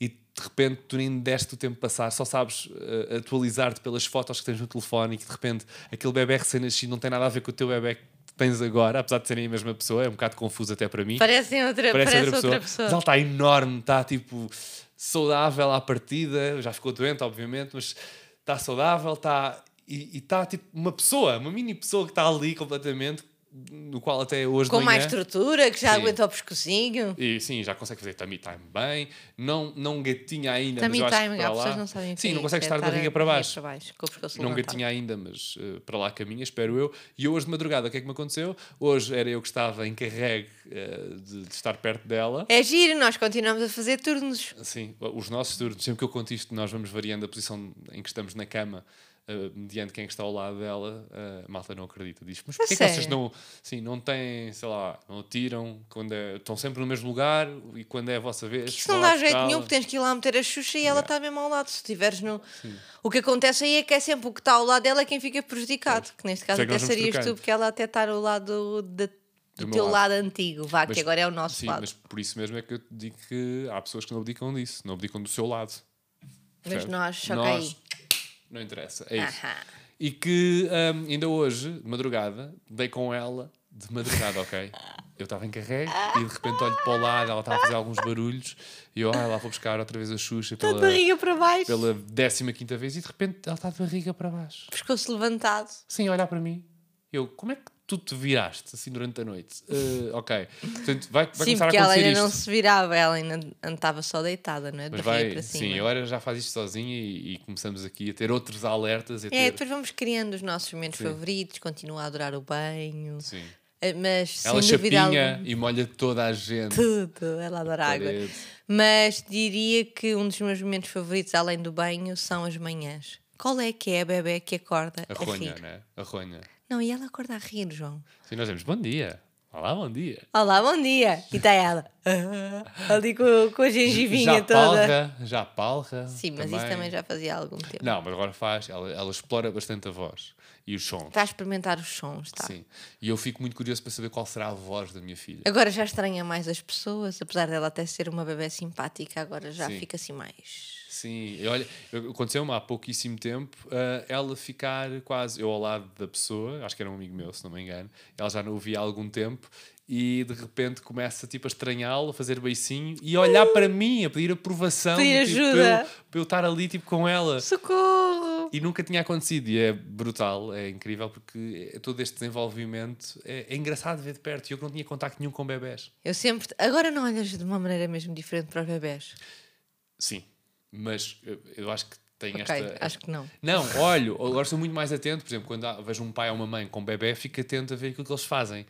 Speaker 1: e de repente tu nem deste o tempo passar, só sabes eh, atualizar-te pelas fotos que tens no telefone e que de repente aquele bebê recém-nascido não tem nada a ver com o teu bebê que tens agora, apesar de serem a mesma pessoa, é um bocado confuso até para mim.
Speaker 2: Parecem outra,
Speaker 1: Parece,
Speaker 2: parece
Speaker 1: outra, pessoa. Mas ela
Speaker 2: pessoa.
Speaker 1: está enorme, está tipo saudável à partida, já ficou doente, obviamente, mas está saudável, está. E e está tipo uma pessoa, uma mini pessoa que está ali completamente, no qual até hoje. de
Speaker 2: Com mais
Speaker 1: manhã-
Speaker 2: estrutura, que já
Speaker 1: Sim.
Speaker 2: aguenta o pescocinho.
Speaker 1: e sim, já consegue fazer tummy time bem, não, não gatinha ainda, mas
Speaker 2: Tummy
Speaker 1: eu acho que
Speaker 2: time,
Speaker 1: para
Speaker 2: há
Speaker 1: lá...
Speaker 2: pessoas que não sabem o que
Speaker 1: Sim,
Speaker 2: é
Speaker 1: não
Speaker 2: isso,
Speaker 1: consegue
Speaker 2: é
Speaker 1: estar da
Speaker 2: a
Speaker 1: barriga para baixo.
Speaker 2: Para baixo com o pescoço
Speaker 1: Não
Speaker 2: levantado.
Speaker 1: gatinha ainda, mas eh, para lá caminha, espero eu. E eu hoje de madrugada, o que é que me aconteceu? Hoje era eu que estava encarregue eh, de, de estar perto dela.
Speaker 2: É giro, nós continuamos a fazer turnos.
Speaker 1: Sim, os nossos turnos, sempre que eu conto isto, nós vamos variando a posição em que estamos na cama. eh, mediante quem está ao lado dela, eh, a malta não acredita. Diz, mas porquê que
Speaker 2: sério?
Speaker 1: vocês não, sim, não têm, sei lá, não atiram, quando é- estão sempre no mesmo lugar e quando é a vossa vez.
Speaker 2: Isso não
Speaker 1: vão lá
Speaker 2: dá jeito
Speaker 1: buscá-la?"
Speaker 2: nenhum, porque tens que ir lá meter a Xuxa e ela
Speaker 1: Yeah.
Speaker 2: está mesmo ao lado. Se tiveres no. O que acontece aí é que é sempre o que está ao lado dela é quem fica prejudicado. Que neste caso
Speaker 1: Por isso é que
Speaker 2: até
Speaker 1: nós vamos
Speaker 2: serias tu,
Speaker 1: trocando.
Speaker 2: porque ela até está ao lado da-
Speaker 1: Do
Speaker 2: do
Speaker 1: meu
Speaker 2: teu
Speaker 1: lado.
Speaker 2: lado. antigo, vá,
Speaker 1: Mas-
Speaker 2: que agora é o nosso
Speaker 1: Sim,
Speaker 2: lado.
Speaker 1: mas
Speaker 2: Mas,
Speaker 1: por isso mesmo é que eu te digo que há pessoas que não abdicam disso, não abdicam do seu lado. percebe?
Speaker 2: nós, choca
Speaker 1: Nós- é
Speaker 2: aí.
Speaker 1: Não interessa, é isso.
Speaker 2: Ahá.
Speaker 1: E que hum, ainda hoje, de madrugada, dei com ela de madrugada, ok? Eu estava em carrega e de repente olho para o lado, ela estava a fazer alguns barulhos e eu, ah, lá vou buscar outra vez a Xuxa
Speaker 2: Está
Speaker 1: pela,
Speaker 2: de barriga para baixo,
Speaker 1: pela 15 vez e de repente ela está de barriga para baixo,
Speaker 2: pescoço levantado.
Speaker 1: sem olhar para mim. Eu, como é que tu te viraste assim durante a noite? Eh, ok, portanto, vai, vai
Speaker 2: Sim,
Speaker 1: começar a
Speaker 2: porque ela
Speaker 1: acontecer
Speaker 2: ainda
Speaker 1: isto.
Speaker 2: não se virava, ela ainda andava só deitada, não é? De
Speaker 1: Mas
Speaker 2: barriga
Speaker 1: vai,
Speaker 2: para cima.
Speaker 1: sim, eu agora já faz isto sozinha e, e começamos aqui a ter outros alertas. e A ter...
Speaker 2: É, depois vamos criando os nossos momentos
Speaker 1: Sim.
Speaker 2: favoritos, continua a adorar o banho,
Speaker 1: Sim.
Speaker 2: eh, mas
Speaker 1: Ela
Speaker 2: sem dúvida
Speaker 1: chapinha
Speaker 2: alguma-
Speaker 1: e molha toda a gente.
Speaker 2: tudo, ela adora água.
Speaker 1: parede.
Speaker 2: Mas diria que um dos meus momentos favoritos, além do banho, são as manhãs. Qual é que é a bebé que acorda
Speaker 1: A
Speaker 2: a,
Speaker 1: ronha,
Speaker 2: rir?
Speaker 1: né? A ronha.
Speaker 2: Não, e ela acorda a rir, João.
Speaker 1: Sim, nós dizemos bom dia. Olá, bom dia.
Speaker 2: Olá, bom dia! E está ela. ah, ali com, com a gengivinha
Speaker 1: já
Speaker 2: toda.
Speaker 1: palra, já palra.
Speaker 2: Sim, mas isso também já fazia há algum tempo.
Speaker 1: Não, mas agora faz. Ela, ela explora bastante a voz e os sons.
Speaker 2: Está a experimentar os sons, tá? está?
Speaker 1: Sim. E eu fico muito curioso para saber qual será a voz da minha filha.
Speaker 2: Agora já estranha mais as pessoas, apesar dela até ser uma bebé simpática, agora já
Speaker 1: Sim.
Speaker 2: fica assim mais.
Speaker 1: Sim, e olha, aconteceu-me há pouquíssimo tempo ah, ela ficar quase eu ao lado da pessoa, acho que era um amigo meu, se não me engano, ela já não o via há algum tempo e de repente começa tipo, a estranhá-lo, a fazer beicinho e a olhar para mim, a pedir aprovação,
Speaker 2: Pedir
Speaker 1: tipo,
Speaker 2: ajuda.
Speaker 1: Para, eu, para eu estar ali tipo, com ela.
Speaker 2: Socorro!
Speaker 1: E nunca tinha acontecido, e é brutal, é incrível, porque é- todo este desenvolvimento é, é engraçado de ver de perto. e Eu que não tinha contacto nenhum com bebés.
Speaker 2: Eu sempre. Agora não olhas de uma maneira mesmo diferente para os bebés.
Speaker 1: Sim, mas eu- eu acho que tem
Speaker 2: Ok,
Speaker 1: esta,
Speaker 2: acho que não.
Speaker 1: Não, olho, agora sou muito mais atento. Por exemplo, quando há- vejo um pai ou uma mãe com bebê, fico atento a ver aquilo que eles fazem.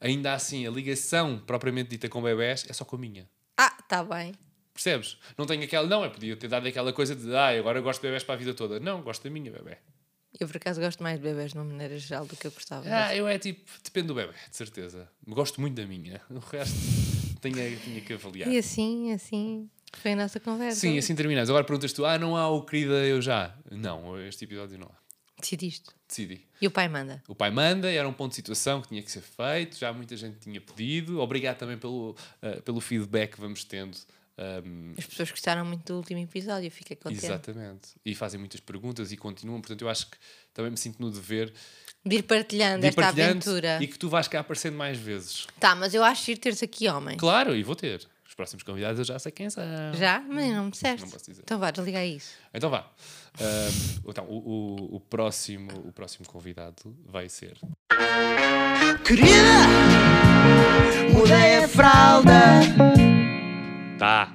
Speaker 1: Ainda assim, a ligação propriamente dita com bebés é só com a minha.
Speaker 2: Ah, tá bem.
Speaker 1: Percebes? Não tenho aquela. Não, eu podia ter dado aquela coisa de. Ah, agora eu gosto de bebés para a vida toda. Não, gosto da minha bebé.
Speaker 2: Eu por acaso gosto mais de bebés de uma maneira geral do que eu gostava.
Speaker 1: Ah, eu é tipo. Depende do bebé, de certeza. Gosto muito da minha. O resto tinha, tinha que avaliar.
Speaker 2: E assim, assim foi a nossa conversa.
Speaker 1: Sim, assim terminamos. Agora perguntas tu. Ah, não há o querida eu já. Não, este episódio não há.
Speaker 2: Decidiste.
Speaker 1: Decidi.
Speaker 2: E o pai manda.
Speaker 1: O pai manda, era um ponto de situação que tinha que ser feito, já muita gente tinha pedido. Obrigado também pelo, ah, pelo feedback que vamos tendo. ehm, Ahm,
Speaker 2: As pessoas gostaram muito do último episódio, fica contente.
Speaker 1: exatamente. E fazem muitas perguntas e continuam. Portanto, eu acho que também me sinto no dever
Speaker 2: De ir partilhando
Speaker 1: de ir
Speaker 2: esta
Speaker 1: partilhando
Speaker 2: aventura.
Speaker 1: e que tu vais cá aparecendo mais vezes.
Speaker 2: Tá, mas eu acho ir teres aqui homem.
Speaker 1: Claro, e vou ter. Os próximos convidados eu já sei quem são.
Speaker 2: Já? Mas não me disseste.
Speaker 1: Não posso dizer.
Speaker 2: Então vá, desliga isso.
Speaker 1: Então vá. Ahm, então, o, o- o próximo, o próximo convidado vai ser.
Speaker 3: Querida, mudei a fralda.
Speaker 1: Tá.